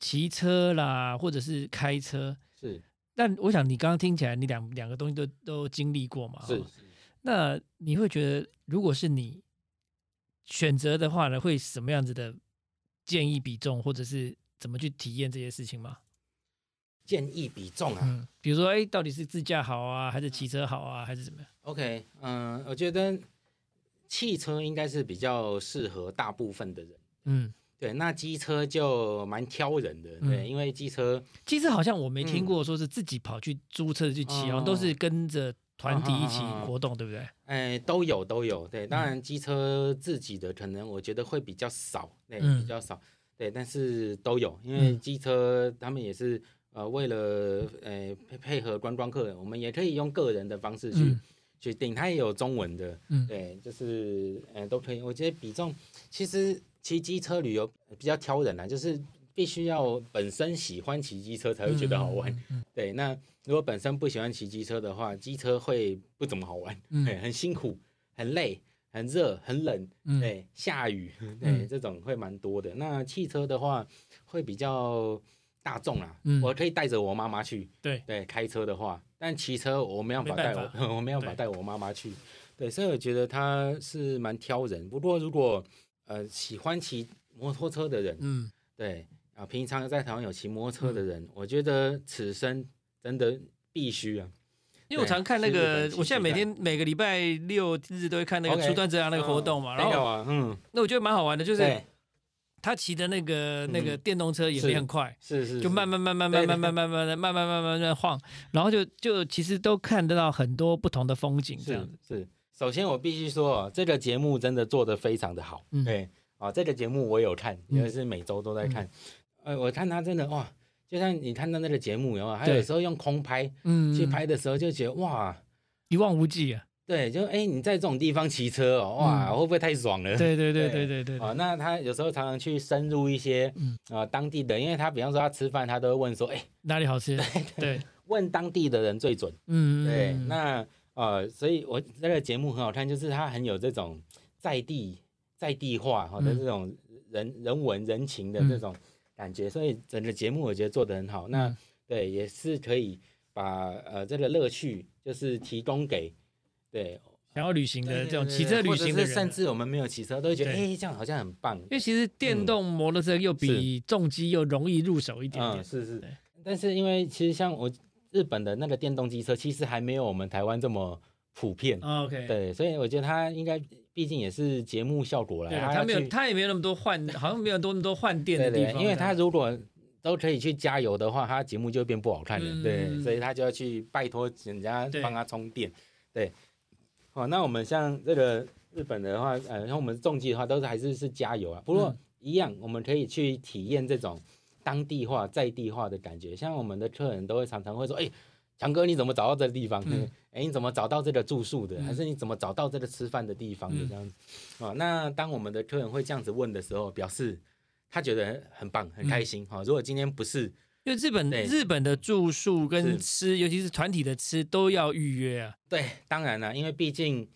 S1: 骑车啦，或者是开车，
S2: 是
S1: 那我想你刚刚听起来，你两两个东西都都经历过嘛？
S2: 是
S1: 哦。那你会觉得，如果是你选择的话呢，会什么样子的建议比重，或者是怎么去体验这些事情吗？
S2: 建议比重啊，
S1: 嗯，比如说，哎，到底是自驾好啊，还是骑车好啊，还是怎么样？
S2: OK，嗯、我觉得汽车应该是比较适合大部分的人。
S1: 嗯，
S2: 对，那机车就蛮挑人的，对，
S1: 嗯
S2: 因为机车
S1: 其实好像我没听
S2: 嗯
S1: 过说是自己跑去租车子去骑，好像都
S2: 哦
S1: 是跟着团体一起
S2: 啊啊啊啊
S1: 活动，对不对？
S2: 哎，都有都有，对，当然机车自己的可能我觉得会比较少，对，
S1: 嗯
S2: 比较少，对，但是都有，因为
S1: 嗯
S2: 机车他们也是呃为了呃配配合观光客人，我们也可以用个人的方式去、
S1: 嗯
S2: 去定，它也有中文的，
S1: 嗯
S2: 对，就是呃都可以，我觉得比重其实骑机车旅游比较挑人啊，就是必须要本身喜欢骑机车才会觉得好玩，
S1: 嗯。嗯嗯
S2: 对，那如果本身不喜欢骑机车的话，机车会不怎么好玩，
S1: 嗯
S2: 对，很辛苦，很累，很热，很冷，
S1: 嗯
S2: 对，下雨，对，
S1: 嗯
S2: 这种会蛮多的。那汽车的话会比较大众啦，
S1: 嗯
S2: 我可以带着我妈妈去，
S1: 对
S2: 对，开车的话，但骑车我没办法
S1: 没
S2: 带
S1: 办
S2: 我，我没办法
S1: 对
S2: 带我妈妈去，对，所以我觉得它是蛮挑人。不过如果呃喜欢骑摩托车的人，
S1: 嗯
S2: 对，啊，平常在台湾有骑摩托车的人，我觉得此生真的必须啊。
S1: 因为我常看那
S2: 对
S1: 个
S2: 是日本骑，
S1: 我现在每天
S2: 骑
S1: 每个礼拜六日都会看那个
S2: OK，
S1: 初端哲郎那个活动嘛，
S2: 嗯
S1: 然
S2: 没有
S1: 后
S2: 啊，嗯，
S1: 那我觉得蛮好玩的，就是
S2: 对，
S1: 他骑的那个那个
S2: 嗯
S1: 电动车也没
S2: 是
S1: 很快，
S2: 是是，
S1: 就是慢慢慢慢慢慢慢慢慢慢慢慢慢慢慢晃，然后就就其实都看得到很多不同的风景这样
S2: 是
S1: 子。
S2: 是。首先，我必须说哦，这个节目真的做得非常的好。
S1: 嗯
S2: 对啊，这个节目我有看，
S1: 嗯
S2: 也是每周都在看。呃，我看他真的哇，就像你看到那个节目有没有？他
S1: 对
S2: 有时候用空拍
S1: 嗯，
S2: 去拍的时候，就觉得哇，
S1: 一望无际啊！
S2: 对，就哎、你在这种地方骑车哦，哇，
S1: 嗯
S2: 会不会太爽了？
S1: 对对对对
S2: 对
S1: 对对，对
S2: 啊，那他有时候常常去深入一些
S1: 嗯
S2: 啊当地的，因为他比方说他吃饭，他都会问说，哎、
S1: 哪里好吃？对，
S2: 问当地的人最准。
S1: 嗯，
S2: 对，
S1: 嗯
S2: 那呃，所以我这个节目很好看，就是它很有这种在地在地化哈的
S1: 嗯
S2: 这种人、人文人情的
S1: 嗯
S2: 这种感觉，所以整个节目我觉得做得很好。那、
S1: 嗯
S2: 对，也是可以把呃这个乐趣就是提供给对
S1: 想要旅行的这种骑车旅
S2: 或者
S1: 行的
S2: 是
S1: 人
S2: 甚
S1: 啊，
S2: 至我们没有骑车，都会觉得哎、
S1: 对
S2: 诶这样好像很棒。
S1: 因为其实电动摩托车又比重机又容易入手一点
S2: 嗯，
S1: 点。
S2: 是是
S1: 对，
S2: 但是因为其实像我日本的那个电动机车，其实还没有我们台湾这么普遍。
S1: OK，
S2: 对，所以我觉得他应该毕竟也是节目效果啦，
S1: 对啊，
S2: 要
S1: 他没有
S2: 去
S1: 他也没有那么多换，好像没有多那么多换电的
S2: 对
S1: 地
S2: 对，
S1: 方，
S2: 因为他如果都可以去加油的话，他节目就会变不好看了。
S1: 嗯
S2: 对，所以他就要去拜托人家
S1: 对
S2: 帮他充电。对，好，那我们像这个日本的话，呃，像我们重机的话，都是还是是加油啊。不过
S1: 嗯
S2: 一样，我们可以去体验这种当地化、在地化的感觉。像我们的客人都会常常会说，哎、强哥，你怎么找到这个地方？
S1: 嗯
S2: 哎、你怎么找到这个住宿的？
S1: 嗯
S2: 还是你怎么找到这个吃饭的地方的？
S1: 嗯
S2: 这样子啊、那当我们的客人会这样子问的时候，表示他觉得很棒，很
S1: 嗯
S2: 开心哦哈、如果今天不是，
S1: 因为日本
S2: 对
S1: 日本的住宿跟
S2: 是
S1: 吃，尤其是团体的吃都要预约啊。
S2: 对，当然了，因为毕竟，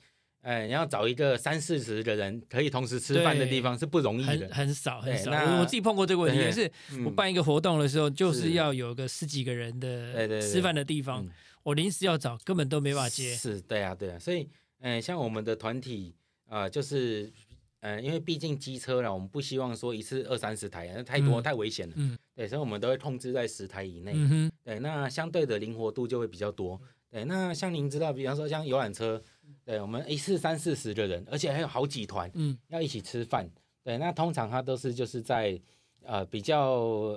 S2: 呃，你要找一个三四十个人可以同时吃饭的
S1: 对
S2: 地方是不容易
S1: 很
S2: 的。
S1: 很少很
S2: 对
S1: 少，
S2: 那
S1: 我我自己碰过这个问题，
S2: 对
S1: 也是
S2: 嗯
S1: 我办一个活动的时候，就是
S2: 是
S1: 要有个十几个人
S2: 对对
S1: 的
S2: 对
S1: 吃饭的地方
S2: 嗯，
S1: 我临时要找，根本都没办法接。
S2: 是，对啊，对啊，所以，嗯、像我们的团体，呃，就是，呃，因为毕竟机车啦，我们不希望说一次二三十台啊，那太多、
S1: 嗯
S2: 太危险了。
S1: 嗯
S2: 对，所以我们都会控制在十台以内。
S1: 嗯哼，
S2: 对，那相对的灵活度就会比较多。对，那像您知道，比方说像游览车，对我们一次三四十个人，而且还有好几团
S1: 嗯
S2: 要一起吃饭。对，那通常它都是就是在呃比较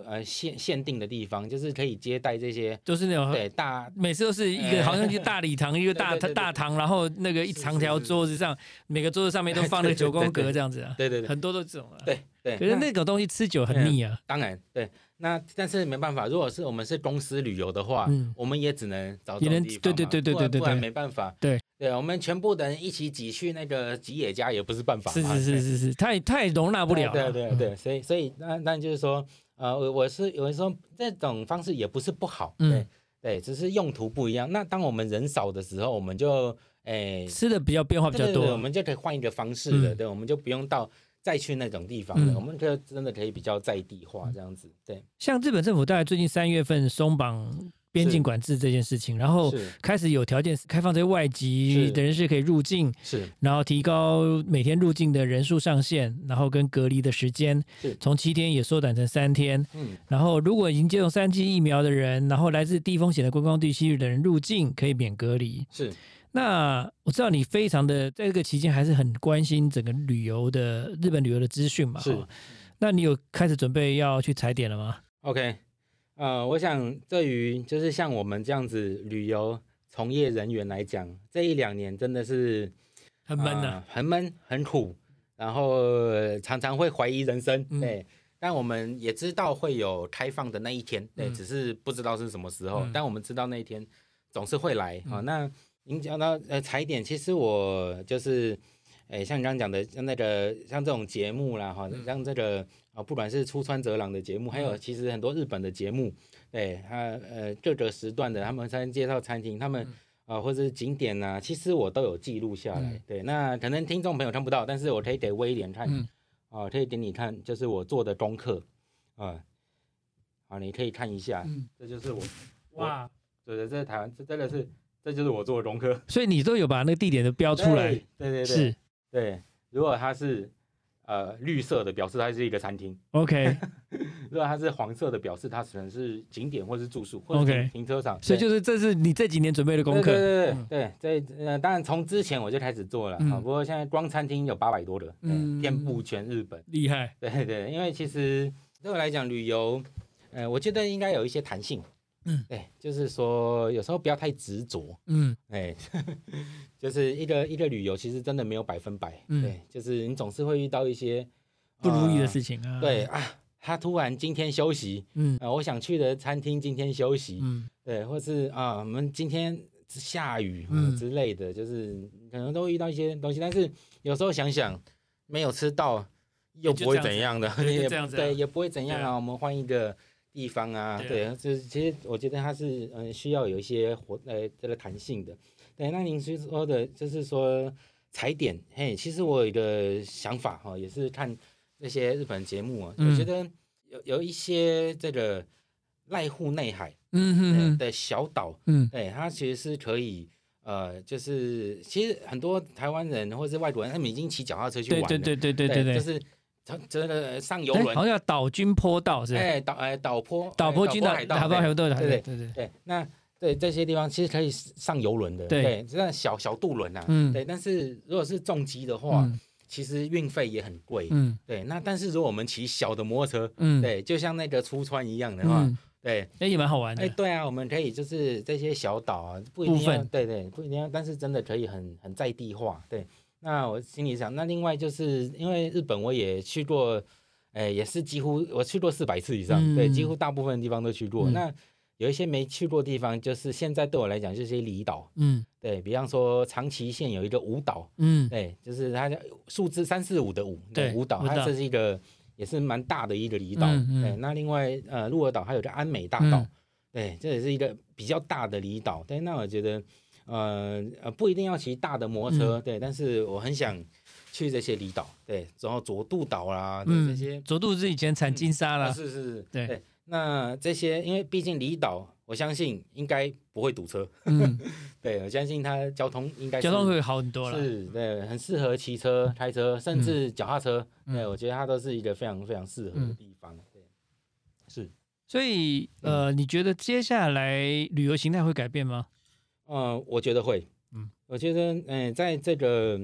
S2: 呃限限定的地方，就是可以接待这些
S1: 就是那种
S2: 对大
S1: 每次都是一个
S2: 哎
S1: 好像一个大礼 堂，一个大
S2: 对对对对
S1: 大堂，然后那个一
S2: 是
S1: 长条
S2: 是是
S1: 桌子上，每个桌子上面都放那个
S2: 对对
S1: 九宫
S2: 对
S1: 格
S2: 对
S1: 这样子啊，
S2: 对 对对
S1: 很多都这种啊。
S2: 对对，
S1: 可是那种东西吃久很
S2: 嗯
S1: 腻啊。
S2: 当然对，那但是没办法，如果是我们是公司旅游的话，
S1: 嗯
S2: 我们也只能找
S1: 也
S2: 这
S1: 能
S2: 种地方嘛
S1: 对对对对
S2: 不
S1: 对
S2: 然
S1: 对
S2: 不然
S1: 对
S2: 没办法。
S1: 对
S2: 对，我们全部的人一起挤去那个吉野家也不是办法
S1: 是
S2: 嘛。
S1: 是
S2: 对
S1: 是是是，太太容纳不了
S2: 对
S1: 了。
S2: 对
S1: 嗯
S2: 对，对所以所以那那就是说，呃，我我是有人说这种方式也不是不好，对、
S1: 嗯
S2: 对，只是用途不一样。那当我们人少的时候，我们就诶、
S1: 吃的比较变化比
S2: 对
S1: 较
S2: 对对我
S1: 多。
S2: 们就可以换一个方式了，
S1: 嗯
S2: 对，我们就不用到再去那种地方了，
S1: 嗯
S2: 我们就真的可以比较在地化这样子，对，
S1: 像日本政府大概最近三月份松绑边境管制这件事情，然后
S2: 是
S1: 开始有条件开放这些外籍
S2: 是
S1: 的人士可以入境，
S2: 是
S1: 然后提高每天入境的人数上限，然后跟隔离的时间
S2: 是
S1: 从七天也缩短成三天。
S2: 嗯
S1: 然后如果已经接种三剂疫苗的人，然后来自低风险的观光地区的人入境可以免隔离。
S2: 是
S1: 那我知道你非常的在这个期间还是很关心整个旅游的日本旅游的资讯嘛？
S2: 是
S1: 哈那你有开始准备要去踩点了吗？
S2: OK，呃，我想对于就是像我们这样子旅游从业人员来讲，这一两年真的是
S1: 很闷呐、
S2: 啊很闷，很苦，然后呃常常会怀疑人生，
S1: 嗯
S2: 对。但我们也知道会有开放的那一天，对，
S1: 嗯
S2: 只是不知道是什么时候。
S1: 嗯
S2: 但我们知道那一天总是会来。好、那您讲到呃踩点，其实我就是，诶，像你刚刚讲的，像那个像这种节目啦，哈、
S1: 嗯
S2: 像这个啊，不管是出川哲郎的节目，还有其实很多日本的节目，对他呃各个时段的，他们在介绍餐厅，他
S1: 嗯
S2: 们啊、或者是景点呐、其实我都有记录下来。
S1: 嗯
S2: 对，那可能听众朋友看不到，但是我可以给威廉看，啊、
S1: 嗯
S2: 可以给你看，就是我做的功课啊、好，你可以看一下，
S1: 嗯
S2: 这就是我，
S1: 哇，
S2: 对对，这是台湾，这真的是，这就是我做的功课，
S1: 所以你都有把那个地点都标出来，
S2: 对对对对
S1: 是
S2: 对，如果它是呃绿色的，表示它是一个餐厅。
S1: OK，
S2: 如果它是黄色的，表示它可能是景点或是住宿或者
S3: OK
S2: 停车场。
S3: 所以
S2: 对
S3: 就是这是你这几年准备的功
S2: 对
S3: 课，
S2: 对对对对，呃，当然从之前我就开始做了，
S3: 嗯
S2: 啊，不过现在光餐厅有八百多个，
S3: 嗯
S2: 嗯，遍布全日本。
S3: 厉害。
S2: 对对，因为其实对我来讲，旅游，呃，我觉得应该有一些弹性。
S3: 嗯，
S2: 对，就是说有时候不要太执着，
S3: 嗯
S2: 哎， 就是一个一个旅游，其实真的没有百分百。
S3: 嗯
S2: 对，就是你总是会遇到一些
S3: 不如意的
S2: 情。
S3: 事情啊。
S2: 对，啊，他突然今天休息，
S3: 嗯
S2: 啊、我想去的餐厅今天休息，
S3: 嗯
S2: 对，或是啊、我们今天下雨、
S3: 嗯
S2: 嗯、之类的，就是可能都会遇到一些东西，但是有时候想想没有吃到又
S3: 也就
S2: 不会
S3: 这样
S2: 怎样的，
S3: 对就
S2: 也
S3: 这样子啊
S2: 对，也不会怎样
S3: 对啊
S2: 啊，我们换一个。地方啊，
S3: 对
S2: 对，就是其实我觉得它是嗯、呃需要有一些活呃这个弹性的。对，那您是说的就是说踩点，嘿，其实我有一个想法哈、也是看这些日本节目啊，
S3: 嗯
S2: 我觉得有有一些这个濑户内海
S3: 嗯
S2: 呃
S3: 嗯
S2: 的小岛，
S3: 嗯
S2: 对，它其实是可以。呃，就是其实很多台湾人或是外国人，他们已经骑脚踏车去玩
S3: 对
S2: 了，
S3: 对对对对对
S2: 就
S3: 对。
S2: 是他真的上游
S3: 哎，
S2: 轮
S3: 好，像叫岛君坡道是吧？
S2: 哎，岛哎岛坡
S3: 岛
S2: 哎
S3: 坡君岛、
S2: 海
S3: 岛坡
S2: 对
S3: 海道，对
S2: 对
S3: 对。
S2: 对，那对这些地方其实可以上游轮的，
S3: 对
S2: 对，这小小渡轮呐，
S3: 嗯
S2: 对，但是如果是重机的话，
S3: 嗯
S2: 其实运费也很贵，
S3: 嗯
S2: 对，那但是如果我们骑小的摩托车，
S3: 嗯，
S2: 对，就像那个出川一样的话，
S3: 嗯，
S2: 对，
S3: 哎也蛮好玩
S2: 哎，
S3: 的。
S2: 对啊，我们可以就是这些小岛啊，不一定
S3: 部
S2: 要
S3: 分，
S2: 对对，不一定要，但是真的可以很很在地化。对，那我心里想，那另外就是因为日本我也去过，哎，也是几乎我去过四百次以上，对，几
S3: 嗯
S2: 乎大部分地方都去过。
S3: 嗯
S2: 那有一些没去过地方，就是现在对我来讲就是离岛，
S3: 嗯
S2: 对比方说长崎县有一个五岛，
S3: 嗯
S2: 对，就是它叫数字三四五的五，
S3: 对
S2: 五岛，
S3: 五岛
S2: 它这是一个也是蛮大的一个离岛。
S3: 嗯嗯
S2: 对，那另外呃，鹿儿岛还有个安美大岛，
S3: 嗯
S2: 对，这也是一个比较大的离岛。对，那我觉得呃呃不一定要骑大的摩托车，
S3: 嗯
S2: 对，但是我很想去这些离岛，对，然后佐渡岛啦，对这些
S3: 嗯，佐渡是以前产金沙
S2: 啊
S3: 啦，
S2: 是是是，
S3: 对
S2: 对。那这些，因为毕竟离岛，我相信应该不会堵车。
S3: 嗯，
S2: 对，我相信它交通应该是
S3: 交通会好很多了。
S2: 是，对，很适合骑车、开车，甚至脚踏车。
S3: 嗯
S2: 对，我觉得它都是一个非常非常适合的
S3: 嗯
S2: 地方。对，是，
S3: 所以
S2: 嗯
S3: 呃，你觉得接下来旅游形态会改变吗？
S2: 呃，我觉得会，
S3: 嗯
S2: 嗯，我觉得，嗯、在这个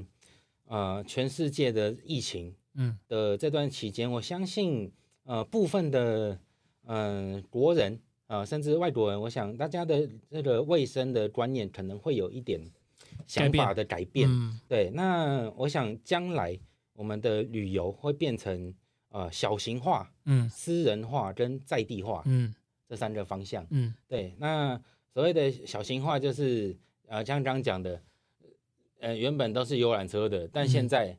S2: 呃全世界的疫情
S3: 嗯
S2: 的这段期间，我相信，呃，部分的嗯、呃国人啊、呃甚至外国人，我想大家的这个卫生的观念可能会有一点
S3: 改
S2: 想
S3: 变
S2: 法的改变。
S3: 嗯
S2: 对，那我想将来我们的旅游会变成呃小型化、
S3: 嗯
S2: 私人化跟在地化
S3: 嗯
S2: 这三个方向。
S3: 嗯
S2: 对，那所谓的小型化就是呃，像刚刚讲的，呃，原本都是游览车的，但现
S3: 嗯
S2: 在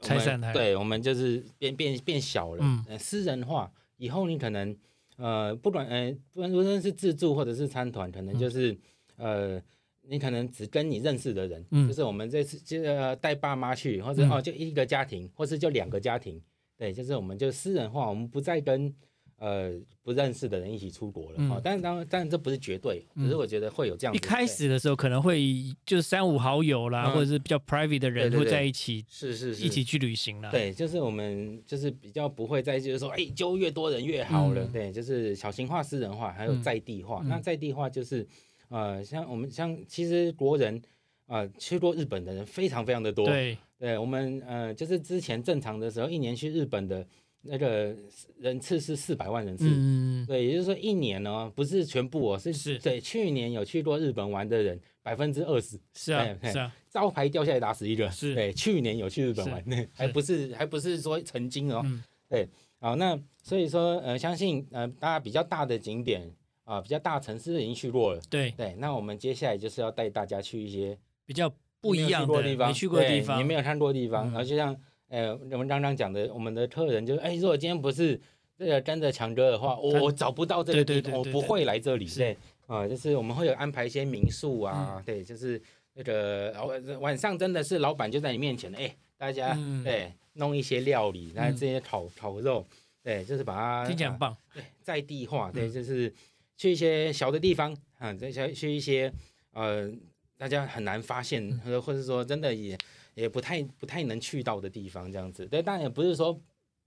S2: 我
S3: 拆
S2: 们
S3: 散来
S2: 对，我们就是变变变小了，
S3: 嗯
S2: 呃私人化。以后你可能呃，不管呃，不论无论是自助或者是参团，
S3: 嗯
S2: 可能就是、呃。你可能只跟你认识的人，
S3: 嗯
S2: 就是我们这次就呃带爸妈去，或者、
S3: 嗯
S2: 哦就一个家庭，或是就两个家庭，对，就是我们就私人化，我们不再跟呃不认识的人一起出国了。
S3: 嗯
S2: 哦，但是当然，当然这不是绝对，
S3: 嗯
S2: 只是我觉得会有这样
S3: 一
S2: 子。
S3: 开始的时候可能会就三五好友啦，
S2: 嗯
S3: 或者是比较 private 的人
S2: 对对
S3: 会
S2: 对
S3: 在一起
S2: 对是是是
S3: 一起去啊旅行啦。，
S2: 对，就是我们就是比较不会再就是说，哎、就越多人越好了。
S3: 嗯
S2: 对，就是小型化、私人化，还有
S3: 嗯
S2: 在地化。
S3: 嗯
S2: 那在地化就是呃，像我们像其实国人。啊、去过日本的人非常非常的多。
S3: 对，
S2: 对我们呃，就是之前正常的时候，一年去日本的那个人次是四百万人次，
S3: 嗯，
S2: 对，也就是说一年哦，不是全部哦，是
S3: 是
S2: 对去年有去过日本玩的人百分之二十，
S3: 是啊
S2: 哎，哎
S3: 是啊，
S2: 招牌掉下来打死一个，
S3: 是
S2: 对，去年有去日本玩，对还不是还不是说曾经哦，
S3: 嗯
S2: 对，好，那所以说呃，相信呃大家比较大的景点啊、比较大城市已经去过了，
S3: 对，
S2: 对，那我们接下来就是要带大家去一些
S3: 比较不一
S2: 没有
S3: 样
S2: 去过
S3: 的，
S2: 地方，
S3: 没去过的地
S2: 对你
S3: 方
S2: 没，有看过的地方，
S3: 嗯
S2: 然后就像呃我们刚刚讲的，我们的客人就是，哎，如果今天不是这个跟着强哥的话，我
S3: 他
S2: 我找不到这
S3: 对
S2: 个
S3: 对
S2: 地
S3: 对
S2: 方，我
S3: 对
S2: 不
S3: 对
S2: 会来这里，
S3: 是嗯
S2: 对，啊，就是我们会有安排一些民宿啊，对，就是那个然后晚上真的是老板就在你面前，哎，大家
S3: 嗯
S2: 对弄一些料理，那
S3: 嗯
S2: 这些烤烤肉，对，就是把它
S3: 听起来
S2: 啊
S3: 很棒。
S2: 在地化，
S1: 嗯
S2: 对，就是去一些小的地方啊，再去去一些呃大家很难发现，或
S1: 嗯
S2: 者或者说真的也也不太不太能去到的地方，这样子。对，当然也不是说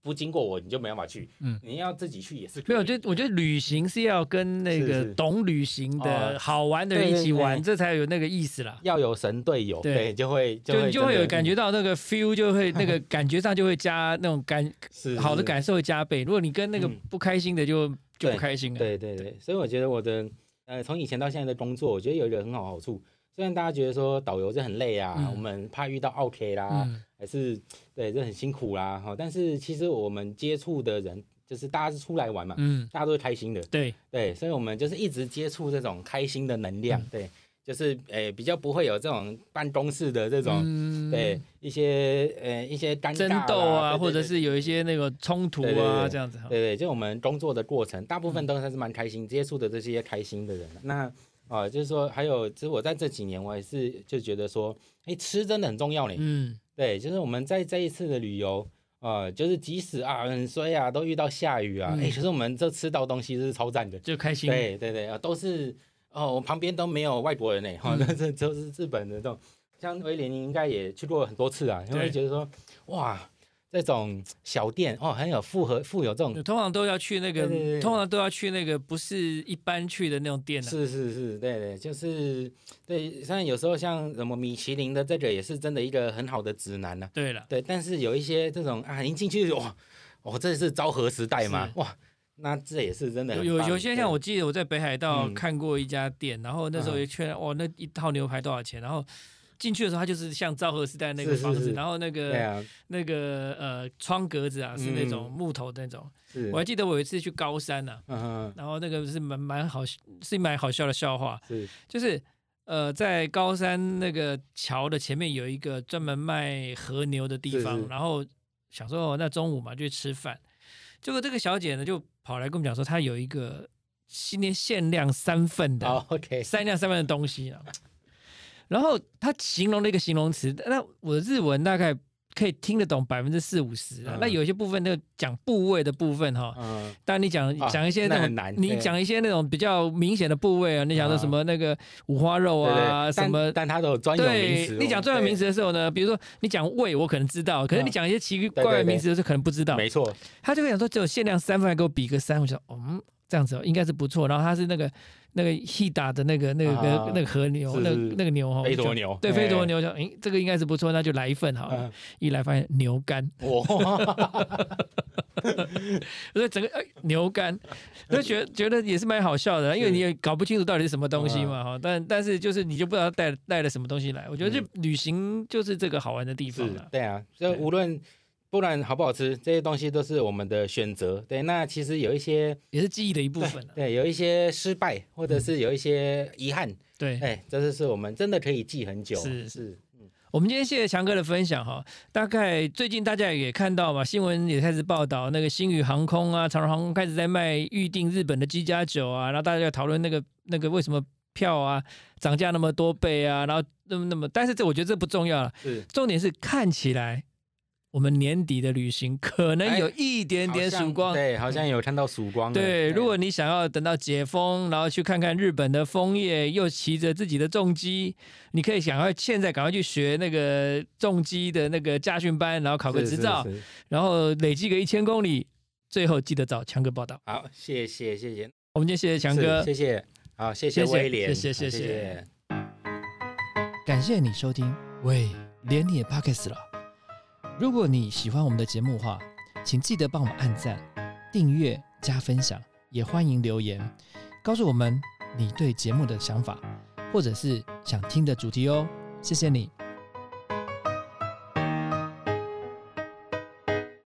S2: 不经过我，你就没办法去。
S1: 嗯
S2: 嗯，你要自己去也是可
S1: 没
S2: 以。
S1: 有，我觉得我觉得旅行是要跟那
S2: 是
S1: 个
S2: 是
S1: 懂旅行的
S2: 哦
S1: 好玩的人一起玩，
S2: 对对
S1: 这才有那个意思啦。
S2: 要有神队友，
S1: 对
S2: 对，就会就
S1: 就
S2: 会
S1: 你就会
S2: 真的嗯
S1: 有感觉到那个 feel，就会那个感觉上就会加那种感
S2: 是
S1: 好的。
S2: 是
S1: 感受会加倍。如果你跟那个
S2: 嗯
S1: 不开心的就就不开心啊了。
S2: 对对对，所以我觉得我的呃，从以前到现在的工作，我觉得有一个很好的好处。虽然大家觉得说导游这很累啊，
S1: 嗯
S2: 我们怕遇到 OK 啦，
S1: 嗯，
S2: 还是对这很辛苦啦，哈，但是其实我们接触的人，就是大家是出来玩嘛，
S1: 嗯，
S2: 大家都是开心的，
S1: 对，
S2: 对，所以我们就是一直接触这种开心的能
S1: 嗯
S2: 量，对，就是诶、比较不会有这种办公室的这种、
S1: 嗯，
S2: 对一些呃一些尴尬
S1: 争
S2: 啦
S1: 斗啊，
S2: 对对
S1: 或者
S2: 对
S1: 是有一些那个冲突
S2: 对对
S1: 啊，
S2: 对
S1: 这样子哈。
S2: 对对，就我们工作的过程，大部
S1: 嗯
S2: 分都还是蛮开心，接触的这些开心的人。那呃，就是说，还有，其实我在这几年，我也是就觉得说，哎，吃真的很重要呢。
S1: 嗯，
S2: 对，就是我们在这一次的旅游，呃，就是即使啊很衰啊，都遇到下雨啊，
S1: 嗯
S2: 哎、可是我们这吃到东西是超赞的。
S1: 就开心。
S2: 对对对，啊、都是哦，我旁边都没有外国人呢，
S1: 嗯
S2: 哈、那这都是日本的这种。像威廉，你应该也去过很多次啊，因
S1: 对
S2: 为觉得说，哇，这种小店哦，很有复合富有这种
S1: 通常都要去那个
S2: 对对，对
S1: 通常都要去那个不是一般去的那种店啊。
S2: 是是是，对对，就是对。虽然有时候像什么米其林的这个也是真的一个很好的指南啊呢、
S1: 对了，
S2: 对，但是有一些这种啊，一进去就哇，哦，这是昭和时代嘛
S1: 是，
S2: 哇，那这也是真的
S1: 有
S2: 很
S1: 有
S2: 棒
S1: 有些像我，记得我在北海道
S2: 嗯
S1: 看过一家店，然后那时候
S2: 嗯
S1: 也确认哇，那一套牛排多少钱？然后进去的时候，它就是像昭和时代那个
S2: 是是
S1: 房子，
S2: 是
S1: 然后那
S2: 对对
S1: 个
S2: 啊，
S1: 那个呃窗格子啊是那种
S2: 嗯
S1: 木头的那种。
S2: 是
S1: 我还，记得我有一次去高山呐，
S2: 嗯哼，
S1: 然后那个是蛮蛮好是蛮好笑的笑话，
S2: 是
S1: 就是呃，在高山那个桥的前面有一个专门卖和牛的地方，
S2: 是是
S1: 然后想说、哦、那中午嘛就去吃饭，结果这个小姐呢就跑来跟我们讲说，她有一个今天限量三份的、
S2: 好，OK，
S1: 三量三份的东西啊。然后她形容了一个形容词，那我的日文大概可以听得懂百分之四五十啊
S2: 嗯。
S1: 那有一些部分，那个讲部位的部分哈、
S2: 嗯，
S1: 当然你讲
S2: 啊
S1: 讲一些那
S2: 那
S1: 种，
S2: 很难
S1: 你
S2: 对
S1: 讲一些那种比较明显的部位啊，你讲的
S2: 啊
S1: 什么那个五花肉
S2: 对
S1: 啊，
S2: 对，
S1: 什
S2: 但
S1: 么。
S2: 但它都有专有名
S1: 对
S2: 词哦，
S1: 你讲专有名词的时候呢，比如说你讲胃，我可能知道，可是
S2: 嗯
S1: 你讲一些奇怪
S2: 对对
S1: 怪
S2: 对
S1: 名词的时候，可能不知
S2: 对，
S1: 道。
S2: 没错，
S1: 他就跟你讲说，只有限量三份，还给我比个三，我想，哦嗯，这样子哦应该是不错。然后他是那个那个 Hida 的那个那个、
S2: 啊
S1: 那个和牛，
S2: 是
S1: 那个
S2: 是
S1: 那个牛哦，
S2: 飞
S1: 我
S2: 多
S1: 就
S2: 牛，
S1: 对，飞多
S2: 哎，
S1: 牛，就诶，这个应该是不错，那就来一份好了。
S2: 嗯
S1: 一来发现牛肝，
S2: 哇，
S1: 所以整个哎、牛 肝，就觉得觉得也是蛮好笑的啦，因为
S2: 是啊
S1: 你也搞不清楚到底是什么东西嘛哈、但但是就是你就不知道带带了什么东西来，我觉得这旅行就是这个好玩的地方
S2: 嗯是
S1: 了。
S2: 对啊，就
S1: 对
S2: 无论不然好不好吃，这些东西都是我们的选择。对，那其实有一些
S1: 也是记忆的一部分啊了。
S2: 对，有一些失败或
S1: 嗯
S2: 者是有一些遗憾，
S1: 对，
S2: 哎、这就是我们真的可以记很久。
S1: 是
S2: 是，嗯，
S1: 我们今天谢谢强哥的分享哈。大概最近大家也看到嘛，新闻也开始报道那个星宇航空啊、长荣航空开始在卖预定日本的机加酒啊，然后大家就讨论那个那个为什么票啊涨价那么多倍啊，然后那么那么，但是这我觉得这不重要了。
S2: 是
S1: 重点是看起来我们年底的旅行可能有一点点曙光。
S2: 对，哎好像有看到曙光了。
S1: 对，如果你想要等到解封，然后去看看日本的枫叶，又骑着自己的重机，你可以赶快现在赶快去学那个重机的那个驾训班，然后考
S2: 考
S1: 个执照，
S2: 是是
S1: 然后累积个一千公里，最后记得找强哥报道。
S2: 好，谢谢谢谢
S1: 我们今天谢谢强哥，
S2: 是谢谢，好，谢
S1: 谢谢
S2: 威廉，
S1: 谢谢
S2: 好
S1: 谢谢感谢你收听《喂连你也 Pockets》了。如果你喜欢我们的节目的话，请记得帮我们按赞、订阅、加分享，也欢迎留言告诉我们你对节目的想法，或者是想听的主题哦。谢谢你。